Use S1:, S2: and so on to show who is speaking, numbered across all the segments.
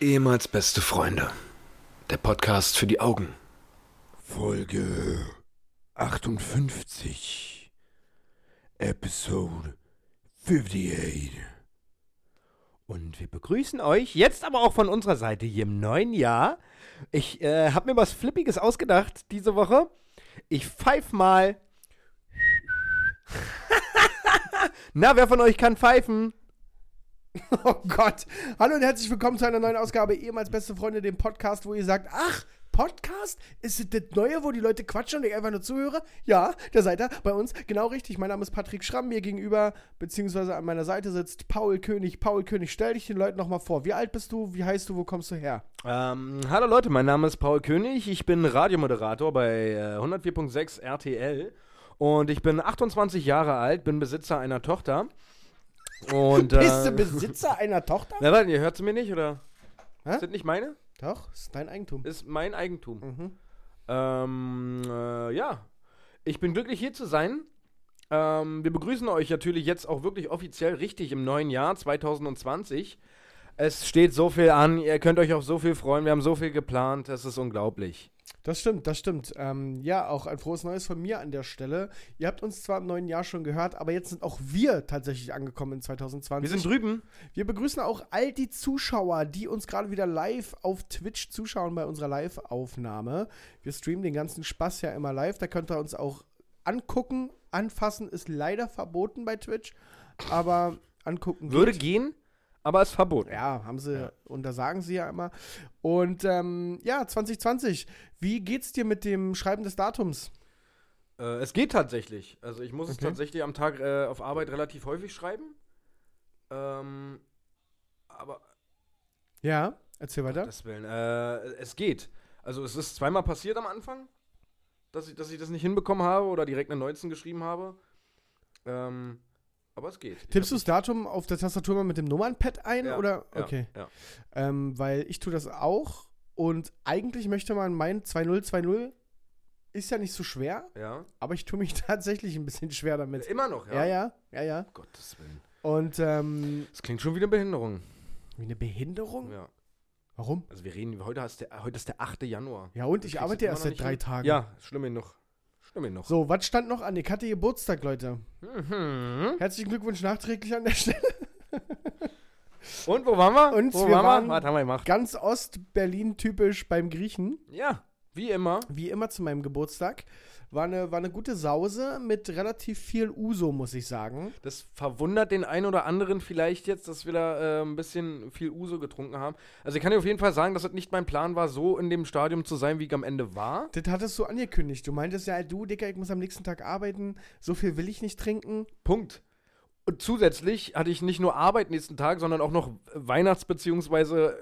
S1: Ehemals beste Freunde. Der Podcast für die Augen.
S2: Folge 58. Episode 58.
S3: Und wir begrüßen euch jetzt aber auch von unserer Seite hier im neuen Jahr. Ich äh, habe mir was Flippiges ausgedacht diese Woche. Ich pfeif mal. Na, wer von euch kann pfeifen?
S4: Oh Gott. Hallo und herzlich willkommen zu einer neuen Ausgabe ehemals beste Freunde, dem Podcast, wo ihr sagt, ach, Podcast? Ist es das Neue, wo die Leute quatschen und ich einfach nur zuhöre? Ja, da seid ihr bei uns. Genau richtig. Mein Name ist Patrick Schramm. Mir gegenüber, beziehungsweise an meiner Seite sitzt Paul König. Paul König, stell dich den Leuten nochmal vor. Wie alt bist du? Wie heißt du? Wo kommst du her?
S3: Ähm, hallo Leute, mein Name ist Paul König. Ich bin Radiomoderator bei äh, 104.6 RTL. Und ich bin 28 Jahre alt, bin Besitzer einer Tochter. Und,
S4: Bist du
S3: äh,
S4: Besitzer einer Tochter?
S3: na, warte, ihr hört sie mir nicht, oder?
S4: Hä?
S3: Sind nicht meine?
S4: Doch, ist dein Eigentum. Mhm.
S3: ist mein Eigentum. Ähm, äh, ja, ich bin glücklich hier zu sein. Ähm, wir begrüßen euch natürlich jetzt auch wirklich offiziell richtig im neuen Jahr 2020. Es steht so viel an, ihr könnt euch auf so viel freuen, wir haben so viel geplant, es ist unglaublich.
S4: Das stimmt, das stimmt. Ähm, ja, auch ein frohes Neues von mir an der Stelle. Ihr habt uns zwar im neuen Jahr schon gehört, aber jetzt sind auch wir tatsächlich angekommen in 2020.
S3: Wir sind drüben.
S4: Wir begrüßen auch all die Zuschauer, die uns gerade wieder live auf Twitch zuschauen bei unserer Live-Aufnahme. Wir streamen den ganzen Spaß ja immer live. Da könnt ihr uns auch angucken. Anfassen ist leider verboten bei Twitch, aber angucken
S3: Würde
S4: geht.
S3: gehen, aber ist verboten.
S4: Ja, haben sie, untersagen sie ja immer. Und ähm, ja, 2020. Wie geht's dir mit dem Schreiben des Datums?
S3: Äh, es geht tatsächlich. Also ich muss es tatsächlich am Tag äh, auf Arbeit relativ häufig schreiben. Ähm, aber
S4: Ja, erzähl weiter.
S3: Gottes Willen. Äh, es geht. Also es ist zweimal passiert am Anfang, dass ich, dass ich das nicht hinbekommen habe oder direkt eine 19 geschrieben habe. Ähm, aber es geht. Ich
S4: Tippst du das Datum auf der Tastatur mal mit dem Nummernpad ein?
S3: Ja,
S4: Oder?
S3: hab- ja,
S4: Okay.
S3: Ja.
S4: Ähm, weil ich tue das auch und eigentlich möchte man meinen 2020 ist ja nicht so schwer,
S3: ja.
S4: aber ich tue mich tatsächlich ein bisschen schwer damit.
S3: Immer noch, ja. Oh
S4: Ja, ja, ja, ja.
S3: Gottes Willen.
S4: Und ähm,
S3: Das klingt schon wie eine Behinderung.
S4: wie eine Behinderung?
S3: Ja.
S4: Warum?
S3: Also wir reden, heute, hast der, heute ist der 8. Januar.
S4: Ja, und ich
S3: kriegst
S4: arbeite
S3: du immer
S4: erst
S3: noch
S4: seit
S3: nicht
S4: drei
S3: hin?
S4: Tagen.
S3: Ja, schlimm genug. Schlimm genug.
S4: So, was stand noch an? Ich hatte Geburtstag, Leute.
S3: Mhm.
S4: Herzlichen Glückwunsch nachträglich an der Stelle.
S3: Und wo waren wir?
S4: Und
S3: wo
S4: wir
S3: wir?
S4: waren-
S3: Was haben wir gemacht?
S4: Ganz Ost-Berlin typisch beim Griechen.
S3: Ja, wie immer.
S4: wie immer zu meinem Geburtstag. War eine, war eine gute Sause mit relativ viel Uso, muss ich sagen.
S3: Das verwundert den einen oder anderen vielleicht jetzt, dass wir da äh, ein bisschen viel Uso getrunken haben. Also ich kann dir auf jeden Fall sagen, dass es nicht mein Plan war, so in dem Stadium zu sein, wie ich am Ende war.
S4: Das hattest du angekündigt. Du meintest ja, du, Dicker, ich muss am nächsten Tag arbeiten. So viel will ich nicht trinken.
S3: Punkt. Und zusätzlich hatte ich nicht nur Arbeit nächsten Tag, sondern auch noch Weihnachts- bzw. Äh,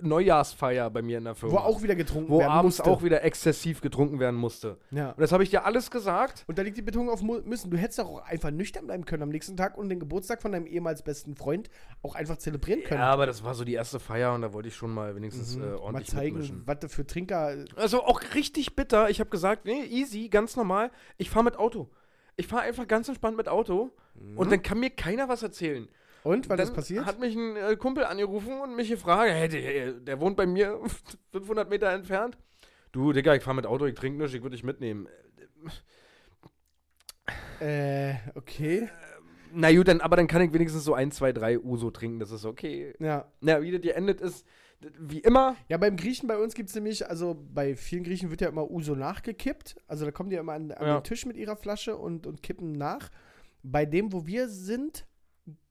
S3: Neujahrsfeier bei mir in der Firma.
S4: Wo auch wieder getrunken
S3: wo
S4: werden
S3: abends
S4: musste.
S3: auch wieder exzessiv getrunken werden musste.
S4: Ja.
S3: Und das habe ich dir alles gesagt.
S4: Und da liegt die Betonung auf mu- müssen. Du hättest doch auch einfach nüchtern bleiben können am nächsten Tag und den Geburtstag von deinem ehemals besten Freund auch einfach zelebrieren können. Mhm.
S3: Ja, aber das war so die erste Feier und da wollte ich schon mal wenigstens äh,
S4: Mal
S3: ordentlich mitmischen.
S4: zeigen, was du für Trinker.
S3: Also auch richtig bitter. Ich habe gesagt, nee, easy, ganz normal. Ich fahre mit Auto. Ich fahre einfach ganz entspannt mit Auto und dann kann mir keiner was erzählen.
S4: Und, was
S3: dann
S4: ist passiert?
S3: hat mich ein äh, Kumpel angerufen und mich gefragt, hey, der, der wohnt bei mir 500 Meter entfernt. Du, Digga, ich fahre mit Auto, ich trinke nichts, ich würde dich mitnehmen.
S4: äh, okay.
S3: Na gut, dann, aber dann kann ich wenigstens so ein, zwei, drei Uso trinken, das ist okay.
S4: Ja.
S3: Na, wie das hier endet ist, d- wie immer,
S4: Ja, beim Griechen bei uns gibt es nämlich, also bei vielen Griechen wird ja immer Uso nachgekippt. Also da kommen die ja immer an, an
S3: Ja.
S4: den Tisch mit ihrer Flasche und, und kippen nach. Bei dem, wo wir sind,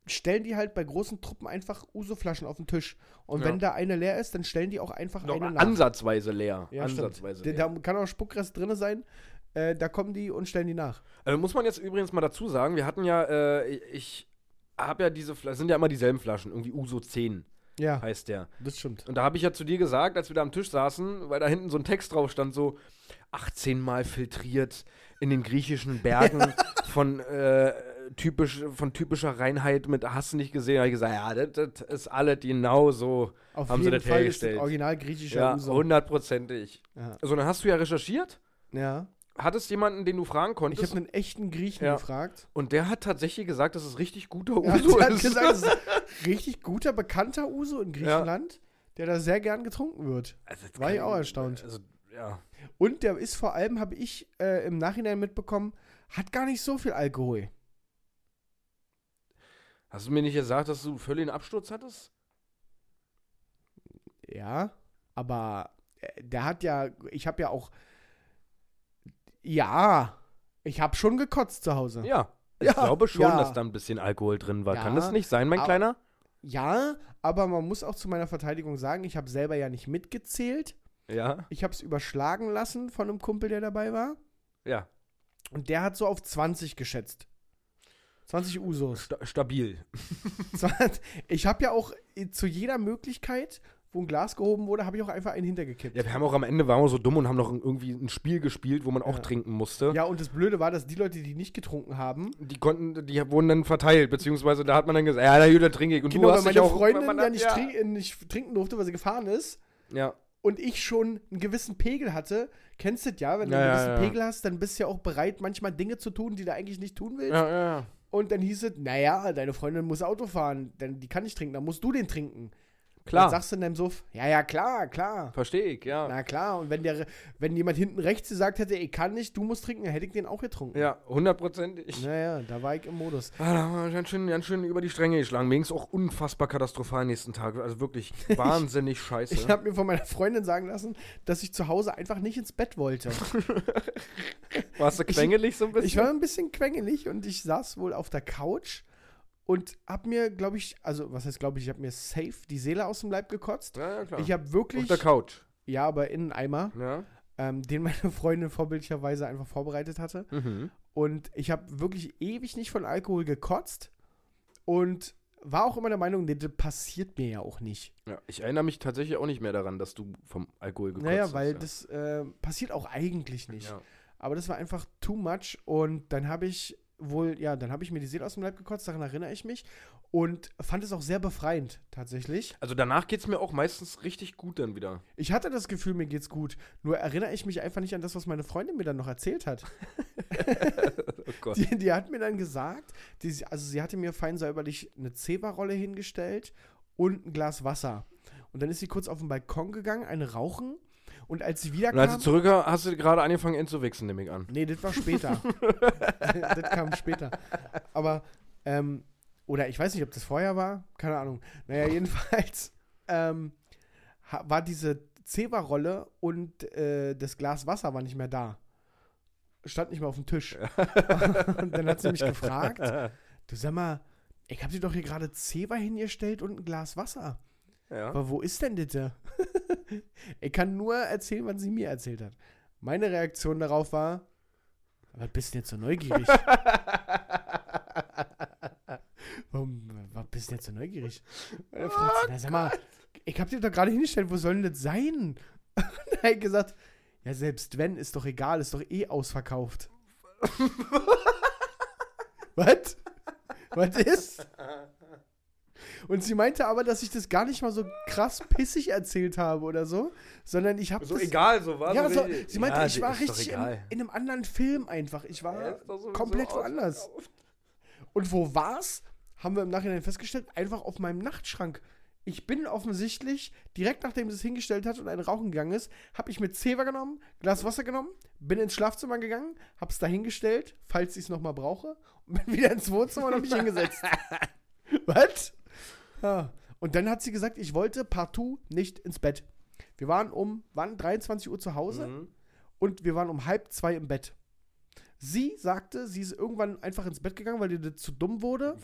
S4: stellen die halt bei großen Truppen einfach Uso-Flaschen auf den Tisch. Und
S3: Ja.
S4: wenn da eine leer ist, dann stellen die auch einfach
S3: noch
S4: eine nach.
S3: ansatzweise leer.
S4: ja,
S3: ansatzweise
S4: stimmt. Da, da kann auch Spuckrest drin sein. Äh, da kommen die und stellen die nach.
S3: Äh, muss man jetzt übrigens mal dazu sagen, wir hatten ja, äh, ich habe ja diese Flaschen, sind ja immer dieselben Flaschen, irgendwie Uso 10
S4: Ja,
S3: heißt der.
S4: das stimmt.
S3: Und da habe ich ja zu dir gesagt, als wir da am Tisch saßen, weil da hinten so ein Text drauf stand, so 18 Mal filtriert in den griechischen Bergen von, äh, typisch, von typischer Reinheit mit Hast du nicht gesehen, habe ich gesagt, ja, das, das ist alles genau so,
S4: Auf
S3: haben sie
S4: jeden
S3: das
S4: Fall ist das
S3: hergestellt.
S4: original griechischer
S3: ja,
S4: Uso.
S3: hundertprozentig.
S4: Ja.
S3: So, dann hast du ja recherchiert,
S4: ja.
S3: hattest jemanden, den du fragen
S4: Ich habe
S3: konntest,
S4: einen echten Griechen
S3: Ja.
S4: gefragt.
S3: und der hat tatsächlich gesagt, dass es richtig guter
S4: Ja,
S3: Uso
S4: der hat
S3: ist.
S4: gesagt, das ist ein richtig guter, bekannter Uso in Griechenland. der da sehr gern getrunken wird.
S3: Also, das
S4: War
S3: kann
S4: ich auch erstaunt.
S3: Also, ja.
S4: Und der ist vor allem, habe ich äh, im Nachhinein mitbekommen, hat gar nicht so viel Alkohol.
S3: Hast du mir nicht gesagt, dass du völlig einen Absturz hattest?
S4: Ja, aber äh, der hat ja, ich habe ja auch, ja, ich habe schon gekotzt zu Hause.
S3: Ja. Ich
S4: Ja,
S3: glaube schon,
S4: ja.
S3: dass da ein bisschen Alkohol drin war. Kann
S4: Ja,
S3: das nicht sein, mein
S4: aber-
S3: Kleiner?
S4: Ja, aber man muss auch zu meiner Verteidigung sagen, ich habe selber ja nicht mitgezählt.
S3: Ja.
S4: Ich habe es überschlagen lassen von einem Kumpel, der dabei war.
S3: Ja.
S4: Und der hat so auf 20 geschätzt. 20 Usos.
S3: Sta stabil.
S4: 20. Ich habe ja auch äh, zu jeder Möglichkeit, wo ein Glas gehoben wurde, habe ich auch einfach einen hintergekippt.
S3: Ja, wir haben auch am Ende waren wir so dumm und haben noch irgendwie ein Spiel gespielt, wo man auch
S4: Ja.
S3: trinken musste.
S4: Ja, und das Blöde war, dass die Leute, die nicht getrunken haben,
S3: Die konnten, die wurden dann verteilt, beziehungsweise da hat man dann gesagt, ja, na gut, dann trinke ich. Und
S4: genau,
S3: du
S4: weil
S3: hast
S4: meine
S3: dich auch,
S4: Freundin
S3: man
S4: ja,
S3: hat-
S4: nicht, trink, äh, nicht trinken durfte, weil sie gefahren ist
S3: Ja.
S4: und ich schon einen gewissen Pegel hatte, kennst du das ja, wenn du
S3: Ja,
S4: einen
S3: ja,
S4: gewissen
S3: ja.
S4: Pegel hast, dann bist du ja auch bereit, manchmal Dinge zu tun, die du eigentlich nicht tun willst.
S3: Ja, ja, ja.
S4: Und dann hieß es, naja, deine Freundin muss Auto fahren, denn die kann nicht trinken, dann musst du den trinken. Dann
S3: Klar.
S4: sagst du in deinem Suff, ja, ja, klar, klar.
S3: Verstehe ich, ja.
S4: Na klar, und wenn, der, wenn jemand hinten rechts gesagt hätte, ich kann nicht, du musst trinken, dann hätte ich den auch getrunken.
S3: Ja, hundertprozentig.
S4: Naja, da war ich im Modus.
S3: Ah, da haben wir ganz schön, ganz schön über die Stränge geschlagen. Mir ging es auch unfassbar katastrophal nächsten Tag. Also wirklich wahnsinnig scheiße.
S4: Ich habe mir von meiner Freundin sagen lassen, dass ich zu Hause einfach nicht ins Bett wollte.
S3: Warst du quengelig so ein bisschen?
S4: Ich war ein bisschen quengelig und ich saß wohl auf der Couch und hab mir, glaube ich, also was heißt, glaube ich, ich habe mir safe die Seele aus dem Leib gekotzt.
S3: ja, ja, klar.
S4: Ich habe
S3: Auf
S4: wirklich,
S3: der Couch.
S4: ja, aber in einen Eimer,
S3: Ja.
S4: ähm, den meine Freundin vorbildlicherweise einfach vorbereitet hatte.
S3: Mhm.
S4: Und ich habe wirklich ewig nicht von Alkohol gekotzt und war auch immer der Meinung, nee, das passiert mir ja auch nicht.
S3: ja. Ich erinnere mich tatsächlich auch nicht mehr daran, dass du vom Alkohol gekotzt
S4: naja,
S3: hast.
S4: weil
S3: ja.
S4: das äh, passiert auch eigentlich nicht.
S3: Ja.
S4: Aber das war einfach too much und dann habe ich wohl, ja, dann habe ich mir die Seele aus dem Leib gekotzt, daran erinnere ich mich und fand es auch sehr befreiend tatsächlich.
S3: Also danach geht es mir auch meistens richtig gut dann wieder.
S4: Ich hatte das Gefühl, mir geht's gut, nur erinnere ich mich einfach nicht an das, was meine Freundin mir dann noch erzählt hat.
S3: Oh Gott.
S4: Die, die hat mir dann gesagt, die, sie- also sie hatte mir fein säuberlich eine Zebra-Rolle hingestellt und ein Glas Wasser. Und dann ist sie kurz auf den Balkon gegangen, eine rauchen und als sie
S3: Und als
S4: wiederkam...
S3: du zurück war, hast du gerade angefangen, einzuwichsen, nehme ich an.
S4: Nee, das war später. das kam später. Aber, ähm, oder ich weiß nicht, ob das vorher war, keine Ahnung. Naja, jedenfalls ähm, ha- war diese Zebra-Rolle und äh, das Glas Wasser war nicht mehr da. Stand nicht mehr auf dem Tisch. und dann hat sie mich gefragt, du sag mal, ich hab dir doch hier gerade Zebra hingestellt und ein Glas Wasser.
S3: Ja.
S4: Aber wo ist denn das? da? ich kann nur erzählen, was sie mir erzählt hat. Meine Reaktion darauf war, was bist denn jetzt so neugierig? Warum, was bist denn jetzt so neugierig? Und dann fragt sie, na, sag mal, ich hab dir doch gerade hingestellt, wo soll denn das sein? Und er hat gesagt, ja, selbst wenn, ist doch egal, ist doch eh ausverkauft. was? Was ist? Und sie meinte aber, dass ich das gar nicht mal so krass pissig erzählt habe oder so, sondern ich habe
S3: So
S4: das
S3: egal, so war
S4: ja,
S3: so
S4: so,
S3: richtig-
S4: sie meinte,
S3: Ja,
S4: ich
S3: dir
S4: war
S3: ist doch
S4: richtig in,
S3: egal.
S4: in einem anderen Film einfach. Ich
S3: Ja,
S4: war
S3: ist doch sowieso
S4: komplett woanders.
S3: ausverkauft.
S4: Und wo war's? Haben wir im Nachhinein festgestellt, einfach auf meinem Nachtschrank. Ich bin offensichtlich, direkt nachdem sie es hingestellt hat und ein Rauchen gegangen ist, habe ich mir Zewa genommen, Glas Wasser genommen, bin ins Schlafzimmer gegangen, hab's da hingestellt, falls ich es nochmal brauche, und bin wieder ins Wohnzimmer und hab mich hingesetzt. Was? Ja. Und dann hat sie gesagt, ich wollte partout nicht ins Bett. Wir waren um, wann? 23 Uhr zu Hause
S3: Mhm.
S4: und wir waren um halb zwei im Bett. Sie sagte, sie ist irgendwann einfach ins Bett gegangen, weil ihr das zu dumm wurde.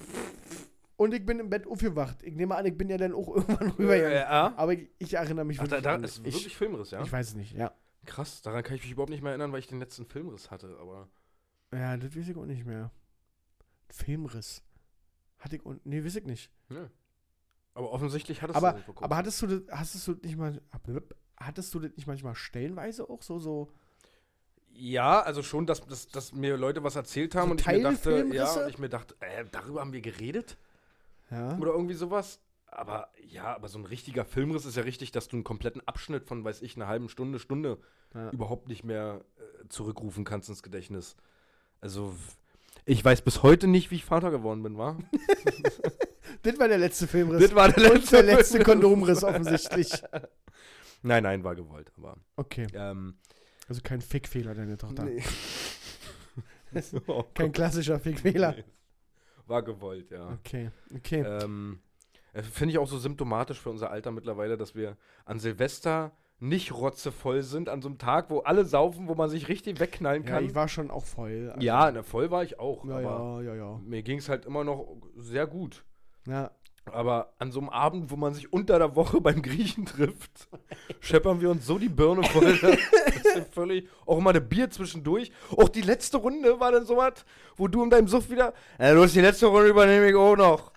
S4: Und ich bin im Bett aufgewacht. Ich nehme an, ich bin ja dann auch irgendwann rübergegangen.
S3: Ja.
S4: Aber ich, ich erinnere mich
S3: Ach, da,
S4: wirklich
S3: da
S4: an
S3: ist
S4: ich,
S3: wirklich Filmriss, ja?
S4: ich weiß es nicht, ja.
S3: Krass, daran kann ich mich überhaupt nicht mehr erinnern, weil ich den letzten Filmriss hatte, aber.
S4: Ja, das weiß ich auch nicht mehr. Filmriss. Hatte ich und. Nee, weiß ich nicht.
S3: Ja. Aber offensichtlich hattest du den vor kurzem.
S4: Aber hattest du das, hattest du das nicht mal. Hattest du das nicht manchmal stellenweise auch so, so.
S3: Ja, also schon, dass, dass, dass mir Leute was erzählt haben
S4: So
S3: und ich mir dachte, ja,
S4: Teilfilmrisse?
S3: und ich mir dachte, äh, darüber haben wir geredet
S4: Ja.
S3: oder irgendwie sowas. Aber ja, aber so ein richtiger Filmriss ist ja richtig, dass du einen kompletten Abschnitt von, weiß ich, einer halben Stunde, Stunde
S4: Ja.
S3: überhaupt nicht mehr äh, zurückrufen kannst ins Gedächtnis. Also w- ich weiß bis heute nicht, wie ich Vater geworden bin, war.
S4: Das war der letzte Filmriss.
S3: Das war der
S4: Und der letzte
S3: Film.
S4: Kondomriss offensichtlich.
S3: Nein, nein, war gewollt, aber.
S4: Okay.
S3: Ähm,
S4: Also kein Fickfehler, deine Tochter.
S3: nee.
S4: Kein klassischer Fickfehler.
S3: Oh, Nee. War gewollt, ja.
S4: Okay, okay.
S3: Ähm, äh, Finde ich auch so symptomatisch für unser Alter mittlerweile, dass wir an Silvester nicht rotzevoll sind, an so einem Tag, wo alle saufen, wo man sich richtig wegknallen
S4: ja,
S3: kann.
S4: ich war schon auch voll. Also,
S3: ja, na, voll war ich auch,
S4: ja,
S3: aber
S4: ja, ja, ja.
S3: mir ging es halt immer noch sehr gut.
S4: Ja,
S3: Aber an so einem Abend, wo man sich unter der Woche beim Griechen trifft, scheppern wir uns so die Birne voll. Das ist völlig. Auch mal ein Bier zwischendurch. Auch die letzte Runde war dann so was, wo du in deinem Suff wieder. Ja, los, die letzte Runde übernehme ich auch noch.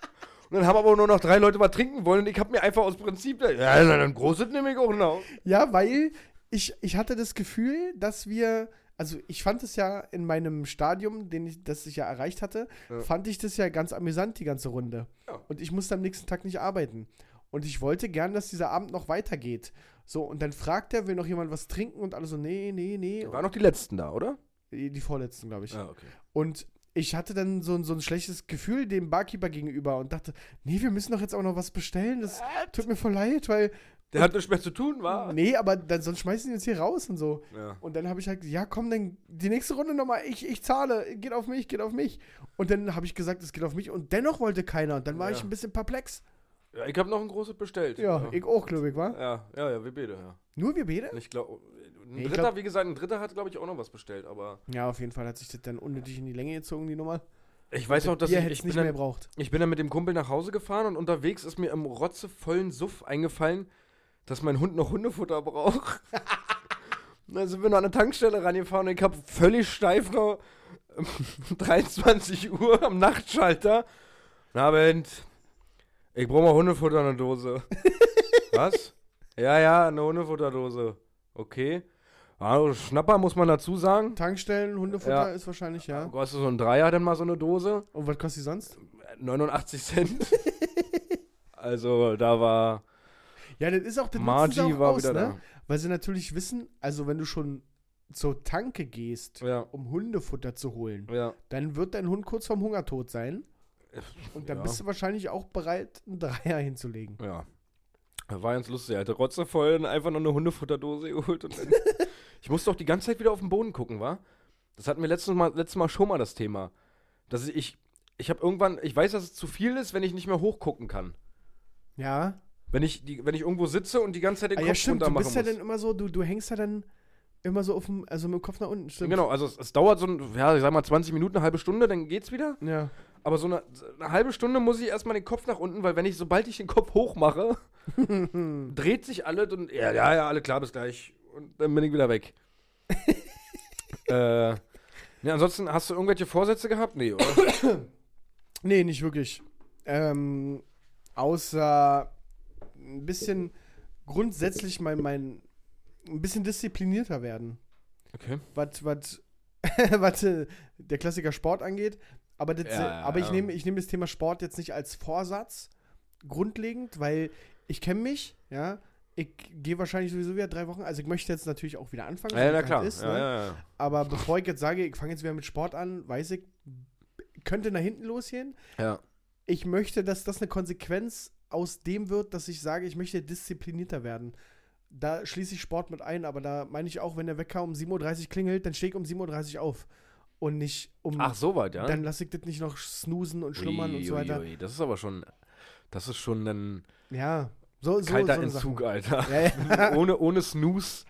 S3: Und dann haben aber nur noch drei Leute was trinken wollen und ich habe mir einfach aus Prinzip. Ja, na, dann großes nehme ich auch noch.
S4: ja weil ich, ich hatte das Gefühl, dass wir. Also ich fand es ja in meinem Stadium, den ich, das ich ja erreicht hatte,
S3: Ja.
S4: fand ich das ja ganz amüsant, die ganze Runde.
S3: Ja.
S4: Und ich musste am nächsten Tag nicht arbeiten. Und ich wollte gern, dass dieser Abend noch weitergeht. So, und dann fragt er, will noch jemand was trinken? Und alle so, nee, nee, nee.
S3: Waren noch die letzten da, oder?
S4: Die die vorletzten, glaube ich.
S3: okay.
S4: Und ich hatte dann so, ein- so ein schlechtes Gefühl dem Barkeeper gegenüber und dachte, nee, wir müssen doch jetzt auch noch was bestellen. Das tut mir voll leid, weil,
S3: Der hat nichts mehr zu tun, war?
S4: nee, aber dann, sonst schmeißen die uns hier raus und so.
S3: Ja.
S4: Und dann habe ich halt gesagt, ja, komm, dann die nächste Runde nochmal, ich, ich zahle, geht auf mich, geht auf mich. Und dann habe ich gesagt, es geht auf mich und dennoch wollte keiner. Und dann war
S3: Ja.
S4: ich ein bisschen perplex.
S3: ja ich habe noch ein großes bestellt.
S4: Ja, ich auch, glaube ich, war.
S3: ja, ja, ja, wir beide, ja.
S4: Nur wir beide?
S3: Ich glaube, ein
S4: Nee, ich
S3: Dritter,
S4: glaub-
S3: wie gesagt, ein Dritter hat, glaube ich, auch noch was bestellt, aber
S4: Ja, auf jeden Fall hat sich das dann unnötig in die Länge gezogen, die Nummer.
S3: ich weiß noch, dass
S4: Ihr
S3: ich,
S4: hättet
S3: ich,
S4: es nicht
S3: bin
S4: mehr
S3: dann,
S4: braucht.
S3: ich bin dann mit dem Kumpel nach Hause gefahren und unterwegs ist mir im rotzevollen Suff eingefallen, dass mein Hund noch Hundefutter braucht. Und dann sind wir noch an eine Tankstelle rangefahren und ich habe völlig steif noch ähm, 23 Uhr am Nachtschalter. Guten Abend. Ich brauche mal Hundefutter in der Dose. Was? Ja, ja, eine Hundefutterdose. Okay. Also Schnapper muss man dazu sagen.
S4: Tankstellen, Hundefutter
S3: Ja. oh
S4: ist wahrscheinlich, ja.
S3: Kostet so ein Dreier dann mal so eine Dose?
S4: Und was kostet die sonst?
S3: 89 Cent. also da war.
S4: Ja, das ist auch das nutzen sie
S3: Margie
S4: auch
S3: war
S4: aus,
S3: wieder
S4: ne? Weil sie natürlich wissen, also wenn du schon zur Tanke gehst,
S3: da. Ja.
S4: um Hundefutter zu holen,
S3: Ja.
S4: dann wird dein Hund kurz vorm Hungertod sein. Und dann
S3: ja.
S4: bist du wahrscheinlich auch bereit, einen Dreier hinzulegen.
S3: Ja. Da war ganz lustig. Er hatte rotzevoll und einfach noch eine Hundefutterdose geholt. Und dann ich musste auch die ganze Zeit wieder auf den Boden gucken, war? Das hatten wir letztes Mal, letztes mal schon mal das Thema. Dass ich. Ich habe irgendwann. Ich weiß, dass es zu viel ist, wenn ich nicht mehr hochgucken kann.
S4: Ja.
S3: Wenn ich, die, wenn ich irgendwo sitze und die ganze Zeit den
S4: Ah,
S3: Kopf
S4: ja, stimmt.
S3: runter
S4: Du
S3: machen
S4: bist ja
S3: muss.
S4: dann immer so, du, du hängst ja dann immer so auf dem, also mit dem Kopf nach unten, stimmt.
S3: Genau, also es, es dauert so, ein, ja, ich sag mal 20 Minuten, eine halbe Stunde, dann geht's wieder.
S4: Ja.
S3: Aber so eine, eine halbe Stunde muss ich erstmal den Kopf nach unten, weil wenn ich, sobald ich den Kopf hoch mache, dreht sich alles und ja, ja, ja, alle klar, bis gleich. Und dann bin ich wieder weg. äh, ja, ansonsten hast du irgendwelche Vorsätze gehabt? Nee, oder?
S4: Nee, nicht wirklich. Ähm, außer ein bisschen grundsätzlich mein, mein, ein bisschen disziplinierter werden.
S3: Okay.
S4: was, was, was äh, der Klassiker Sport angeht. Aber, das,
S3: Ja, ja,
S4: aber ich
S3: ja.
S4: nehme ich nehm das Thema Sport jetzt nicht als Vorsatz grundlegend, weil ich kenne mich, ja. Ich gehe wahrscheinlich sowieso wieder drei Wochen. Also ich möchte jetzt natürlich auch wieder anfangen. so
S3: Ja,
S4: wie
S3: na
S4: das
S3: klar.
S4: halt Ist,
S3: ja,
S4: ne?
S3: ja, ja.
S4: Aber bevor ich jetzt sage, ich fange jetzt wieder mit Sport an, weiß ich, könnte nach hinten losgehen.
S3: Ja.
S4: Ich möchte, dass das eine Konsequenz aus dem wird, dass ich sage, ich möchte disziplinierter werden. Da schließe ich Sport mit ein, aber da meine ich auch, wenn der Wecker um 7.30 Uhr klingelt, dann stehe ich um 7.30 Uhr auf. Und nicht um.
S3: Ach, so weit, ja.
S4: Dann lasse ich das nicht noch snoosen und schlummern und so
S3: Ui, ui,
S4: weiter.
S3: ui, Das ist aber schon, das ist schon ein
S4: Ja, so, so,
S3: kalter
S4: so eine
S3: Entzug,
S4: Sache.
S3: Alter.
S4: Ja, ja.
S3: ohne, ohne Snooze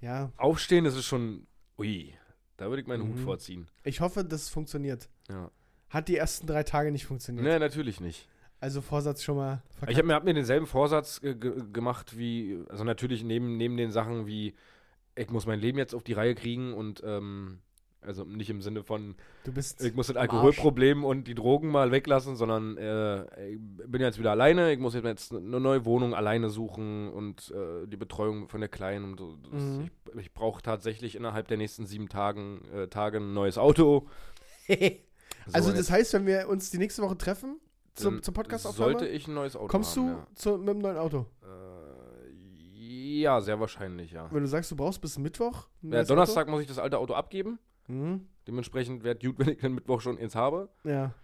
S4: ja,
S3: aufstehen, das ist schon, ui, da würde ich meinen Hut
S4: Mhm.
S3: vorziehen.
S4: ich hoffe, das funktioniert.
S3: Ja.
S4: Hat die ersten drei Tage nicht funktioniert.
S3: Nee, natürlich nicht.
S4: Also Vorsatz schon mal
S3: Ich habe mir, hab mir denselben Vorsatz äh, ge gemacht wie, also natürlich neben, neben den Sachen wie, ich muss mein Leben jetzt auf die Reihe kriegen und ähm, also nicht im Sinne von,
S4: Du bist.
S3: ich muss das Alkoholproblem und die Drogen mal weglassen, sondern äh, ich bin jetzt wieder alleine, ich muss jetzt eine neue Wohnung alleine suchen und äh, die Betreuung von der Kleinen. Und so. das,
S4: Mhm.
S3: Ich, ich brauche tatsächlich innerhalb der nächsten sieben Tagen, äh, Tage ein neues Auto. So,
S4: also
S3: und
S4: das heißt, wenn wir uns die nächste Woche treffen
S3: jetzt, ähm,
S4: zum, zur
S3: Sollte
S4: Podcast-Aufnahme,
S3: ich ein neues Auto
S4: kommst
S3: haben,
S4: du
S3: ja.
S4: zu, mit dem neuen Auto.
S3: Äh, ja, sehr wahrscheinlich, ja.
S4: Wenn du sagst, du brauchst bis Mittwoch. ein
S3: ja
S4: neues
S3: Donnerstag muss ich das alte Auto abgeben.
S4: Auto? Mhm.
S3: Dementsprechend wäre gut, wenn ich den Mittwoch schon eins habe.
S4: Ja.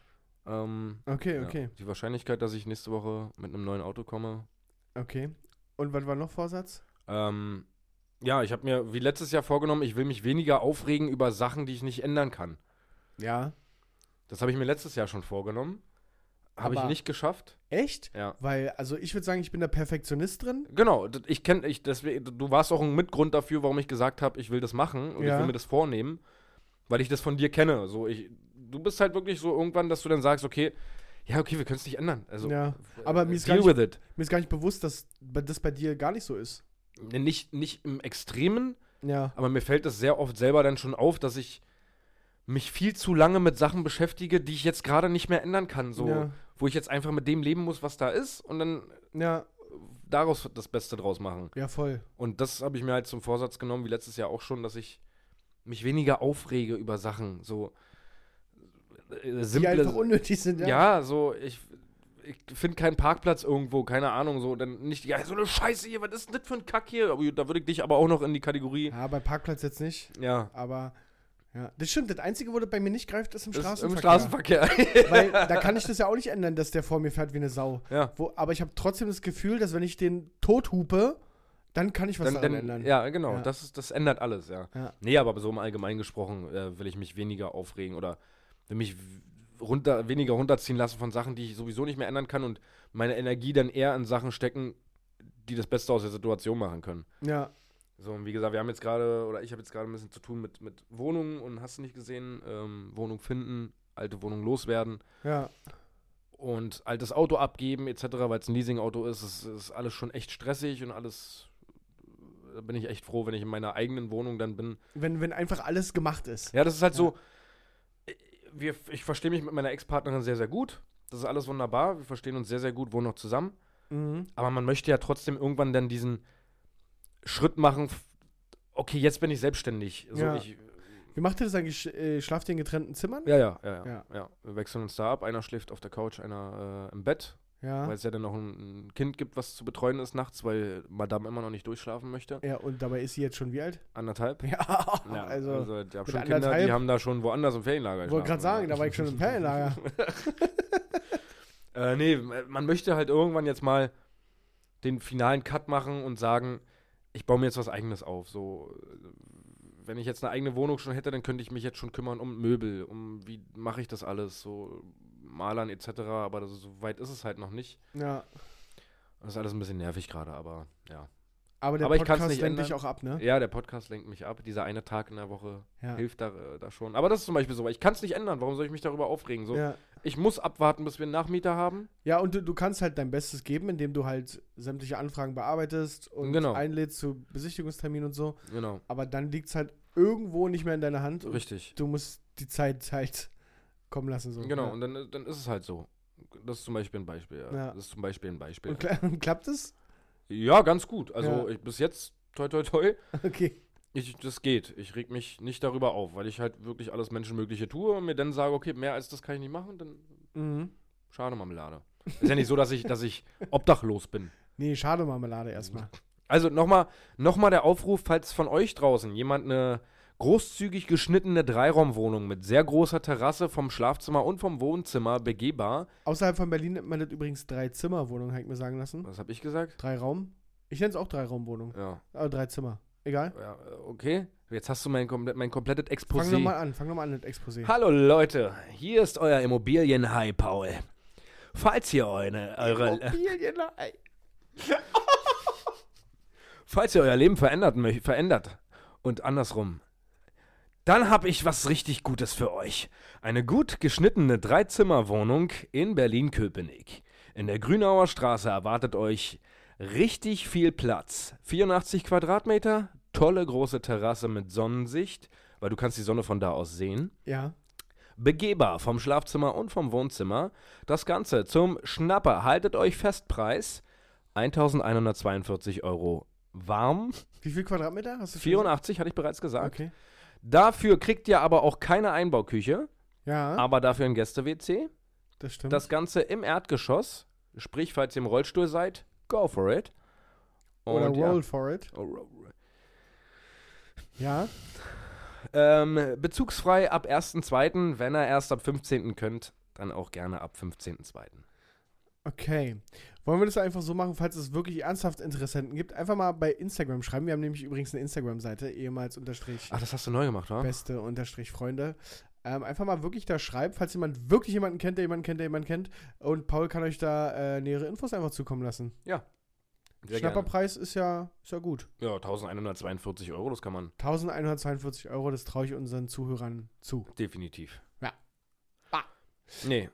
S3: Ähm,
S4: Okay,
S3: ja.
S4: okay,
S3: Die Wahrscheinlichkeit, dass ich nächste Woche mit einem neuen Auto komme.
S4: okay. Und was war noch Vorsatz?
S3: Ähm, ja, ich habe mir wie letztes Jahr vorgenommen, ich will mich weniger aufregen über Sachen, die ich nicht ändern kann.
S4: Ja.
S3: Das habe ich mir letztes Jahr schon vorgenommen. Habe ich
S4: Aber-
S3: nicht geschafft.
S4: Echt?
S3: Ja.
S4: Weil, also ich würde sagen, ich bin der Perfektionist drin.
S3: Genau, d- ich kenne, ich, deswegen, du warst auch ein Mitgrund dafür, warum ich gesagt habe, ich will das machen und
S4: Ja.
S3: ich will mir das vornehmen, weil ich das von dir kenne. So, ich, du bist halt wirklich so irgendwann, dass du dann sagst, okay, ja, okay, wir können es nicht ändern. Also,
S4: Ja. Aber mir ist gar
S3: deal
S4: nicht-
S3: with it.
S4: Mir ist gar nicht bewusst, dass be- das bei dir gar nicht so ist.
S3: Nicht, nicht im Extremen,
S4: Ja.
S3: aber mir fällt es sehr oft selber dann schon auf, dass ich mich viel zu lange mit Sachen beschäftige, die ich jetzt gerade nicht mehr ändern kann. So,
S4: Ja.
S3: wo ich jetzt einfach mit dem leben muss, was da ist und dann
S4: Ja,
S3: daraus das Beste draus machen.
S4: ja voll.
S3: Und das habe ich mir halt zum Vorsatz genommen, wie letztes Jahr auch schon, dass ich mich weniger aufrege über Sachen. So äh,
S4: Die
S3: simple.
S4: einfach unnötig sind.
S3: ja. so ich, ich finde keinen Parkplatz irgendwo, keine Ahnung, so dann nicht, ja, so eine Scheiße hier, was ist denn das für ein Kack hier? Aber da würde ich dich aber auch noch in die Kategorie.
S4: Ja, bei Parkplatz jetzt nicht,
S3: Ja.
S4: aber ja. Das stimmt, das Einzige, wo das bei mir nicht greift, ist im
S3: das ist Im
S4: Straßenverkehr.
S3: Straßenverkehr.
S4: Weil da kann ich das ja auch nicht ändern, dass der vor mir fährt wie eine Sau.
S3: ja.
S4: Wo, aber ich habe trotzdem das Gefühl, dass wenn ich den tot hupe, dann kann ich was
S3: Dann,
S4: daran
S3: dann,
S4: ändern.
S3: ja, genau.
S4: Ja.
S3: Das, ist, das ändert alles, ja.
S4: Ja.
S3: Nee, aber so im Allgemeinen gesprochen äh, will ich mich weniger aufregen oder will mich w- runter, weniger runterziehen lassen von Sachen, die ich sowieso nicht mehr ändern kann und meine Energie dann eher in Sachen stecken, die das Beste aus der Situation machen können.
S4: Ja,
S3: So, und wie gesagt, wir haben jetzt gerade, oder ich habe jetzt gerade ein bisschen zu tun mit, mit Wohnungen und hast du nicht gesehen, ähm, Wohnung finden, alte Wohnung loswerden
S4: ja,
S3: und altes Auto abgeben etc., weil es ein Leasingauto ist, es ist alles schon echt stressig und alles. äh, Da bin ich echt froh, wenn ich in meiner eigenen Wohnung dann bin.
S4: Wenn, wenn einfach alles gemacht ist.
S3: Ja, das ist halt so. äh, Wir, ich verstehe mich mit meiner Ex-Partnerin sehr, sehr gut. Das ist alles wunderbar. Wir verstehen uns sehr, sehr gut, wohnen noch zusammen.
S4: Mhm.
S3: Aber man möchte ja trotzdem irgendwann dann diesen Schritt machen. f- Okay, jetzt bin ich selbstständig. So,
S4: Ja.
S3: Ich,
S4: Wie macht ihr das eigentlich? Sch- Äh, schlaft ihr in getrennten Zimmern?
S3: ja, ja, ja, ja,
S4: Ja.
S3: ja, Wir wechseln uns da ab. Einer schläft auf der Couch, einer äh, im Bett. Weil
S4: Ja.
S3: es ja dann noch ein, ein Kind gibt, was zu betreuen ist nachts, weil Madame immer noch nicht durchschlafen möchte.
S4: Ja, und dabei ist sie jetzt schon wie alt?
S3: Anderthalb.
S4: Ja,
S3: Ja,
S4: also,
S3: ich habe
S4: mit
S3: schon Kinder,
S4: anderthalb-
S3: die haben da schon woanders im Ferienlager
S4: ich wollte gerade
S3: geschlafen,
S4: sagen,
S3: ja.
S4: da war ich schon im Ferienlager.
S3: Äh, nee, man möchte halt irgendwann jetzt mal den finalen Cut machen und sagen, ich baue mir jetzt was eigenes auf. So, äh, wenn ich jetzt eine eigene Wohnung schon hätte, dann könnte ich mich jetzt schon kümmern um Möbel, um wie mache ich das alles, so Malern etc. Aber das, so weit ist es halt noch nicht.
S4: ja.
S3: Das ist alles ein bisschen nervig gerade, aber ja.
S4: Aber der
S3: Aber ich kann's
S4: Podcast
S3: nicht
S4: lenkt dich
S3: ändern.
S4: auch ab, ne?
S3: Ja, der Podcast lenkt mich ab. Dieser eine Tag in der Woche
S4: Ja.
S3: hilft da, äh, da schon. Aber das ist zum Beispiel so, weil ich kann es nicht ändern. Warum soll ich mich darüber aufregen? So,
S4: Ja.
S3: Ich muss abwarten, bis wir einen Nachmieter haben.
S4: Ja, und du, du kannst halt dein Bestes geben, indem du halt sämtliche Anfragen bearbeitest und
S3: Genau.
S4: einlädst zu Besichtigungstermin und so.
S3: Genau,
S4: Aber dann liegt es halt irgendwo nicht mehr in deiner Hand. und
S3: richtig.
S4: Du musst die Zeit halt kommen lassen. So.
S3: Genau,
S4: Ja.
S3: und dann, dann ist es halt so. Das ist zum Beispiel ein Beispiel. Ja.
S4: Ja.
S3: Das ist zum Beispiel ein Beispiel.
S4: Und kla klappt es?
S3: Ja, ganz gut. Also
S4: Ja.
S3: ich, bis jetzt, toi, toi, toi,
S4: Okay.
S3: ich, das geht. Ich reg mich nicht darüber auf, weil ich halt wirklich alles Menschenmögliche tue und mir dann sage, okay, mehr als das kann ich nicht machen, dann
S4: Mhm.
S3: schade Marmelade. ist ja nicht so, dass ich, dass ich obdachlos bin.
S4: Nee, schade Marmelade erstmal.
S3: Also nochmal noch mal der Aufruf, falls von euch draußen jemand eine großzügig geschnittene Dreiraumwohnung mit sehr großer Terrasse vom Schlafzimmer und vom Wohnzimmer begehbar.
S4: Außerhalb von Berlin nennt man das übrigens Drei-Zimmer-Wohnung, habe ich mir sagen lassen.
S3: Was habe ich gesagt?
S4: Drei Raum. Ich nenne es auch Drei-Raum-Wohnung.
S3: Ja,
S4: Aber drei Zimmer. Egal.
S3: ja äh, okay. Jetzt hast du mein, komple mein komplettes
S4: Fang
S3: Exposé.
S4: nochmal an. Fang nochmal an mit Exposé.
S1: Hallo Leute, hier ist euer Immobilienhai Paul. Falls ihr eure,
S4: Oh.
S3: Oh,
S1: eure,
S4: Immobilienhai.
S1: falls ihr euer Leben verändert, mö- verändert und andersrum, dann habe ich was richtig Gutes für euch. Eine gut geschnittene Dreizimmerwohnung in Berlin-Köpenick. In der Grünauer Straße erwartet euch richtig viel Platz. 84 Quadratmeter, tolle große Terrasse mit Sonnensicht, weil du kannst die Sonne von da aus sehen.
S4: Ja.
S1: Begehbar vom Schlafzimmer und vom Wohnzimmer. Das Ganze zum Schnapper. Haltet euch fest, Preis 1142 Euro warm.
S4: Wie viel Quadratmeter hast du? schon
S1: 84 hatte ich bereits
S4: gesagt?
S1: gesagt.
S4: Okay.
S1: Dafür kriegt ihr aber auch keine Einbauküche,
S4: Ja,
S1: aber dafür ein Gäste-WC.
S4: Mhm. das stimmt.
S1: Das Ganze im Erdgeschoss. Sprich, falls ihr im Rollstuhl seid, go for it.
S4: Oder
S1: Und
S4: Roll for it.
S1: Ja. Oh, roll.
S4: Ja.
S1: Ähm, bezugsfrei ab 1.2., wenn er erst ab 15. könnt.
S3: Dann auch gerne ab 15.02.
S4: Okay. Wollen wir das einfach so machen, falls es wirklich ernsthaft Interessenten gibt? Einfach mal bei Instagram schreiben. Wir haben nämlich übrigens eine Instagram-Seite, ehemals unterstrich
S3: Ach, das hast du neu gemacht, wa?
S4: beste unterstrich Freunde. Ähm, einfach mal wirklich da schreiben, falls jemand wirklich jemanden kennt, der jemanden kennt, der jemanden kennt. Und Paul kann euch da äh, nähere Infos einfach zukommen lassen.
S3: Sehr gerne.
S4: Schnapperpreis ist ja, ist ja gut.
S3: Ja, 1142 Euro, das kann man
S4: 1142 Euro, das traue ich unseren Zuhörern zu.
S3: definitiv.
S4: Ja.
S3: Ah.
S4: Ah.
S3: Nee.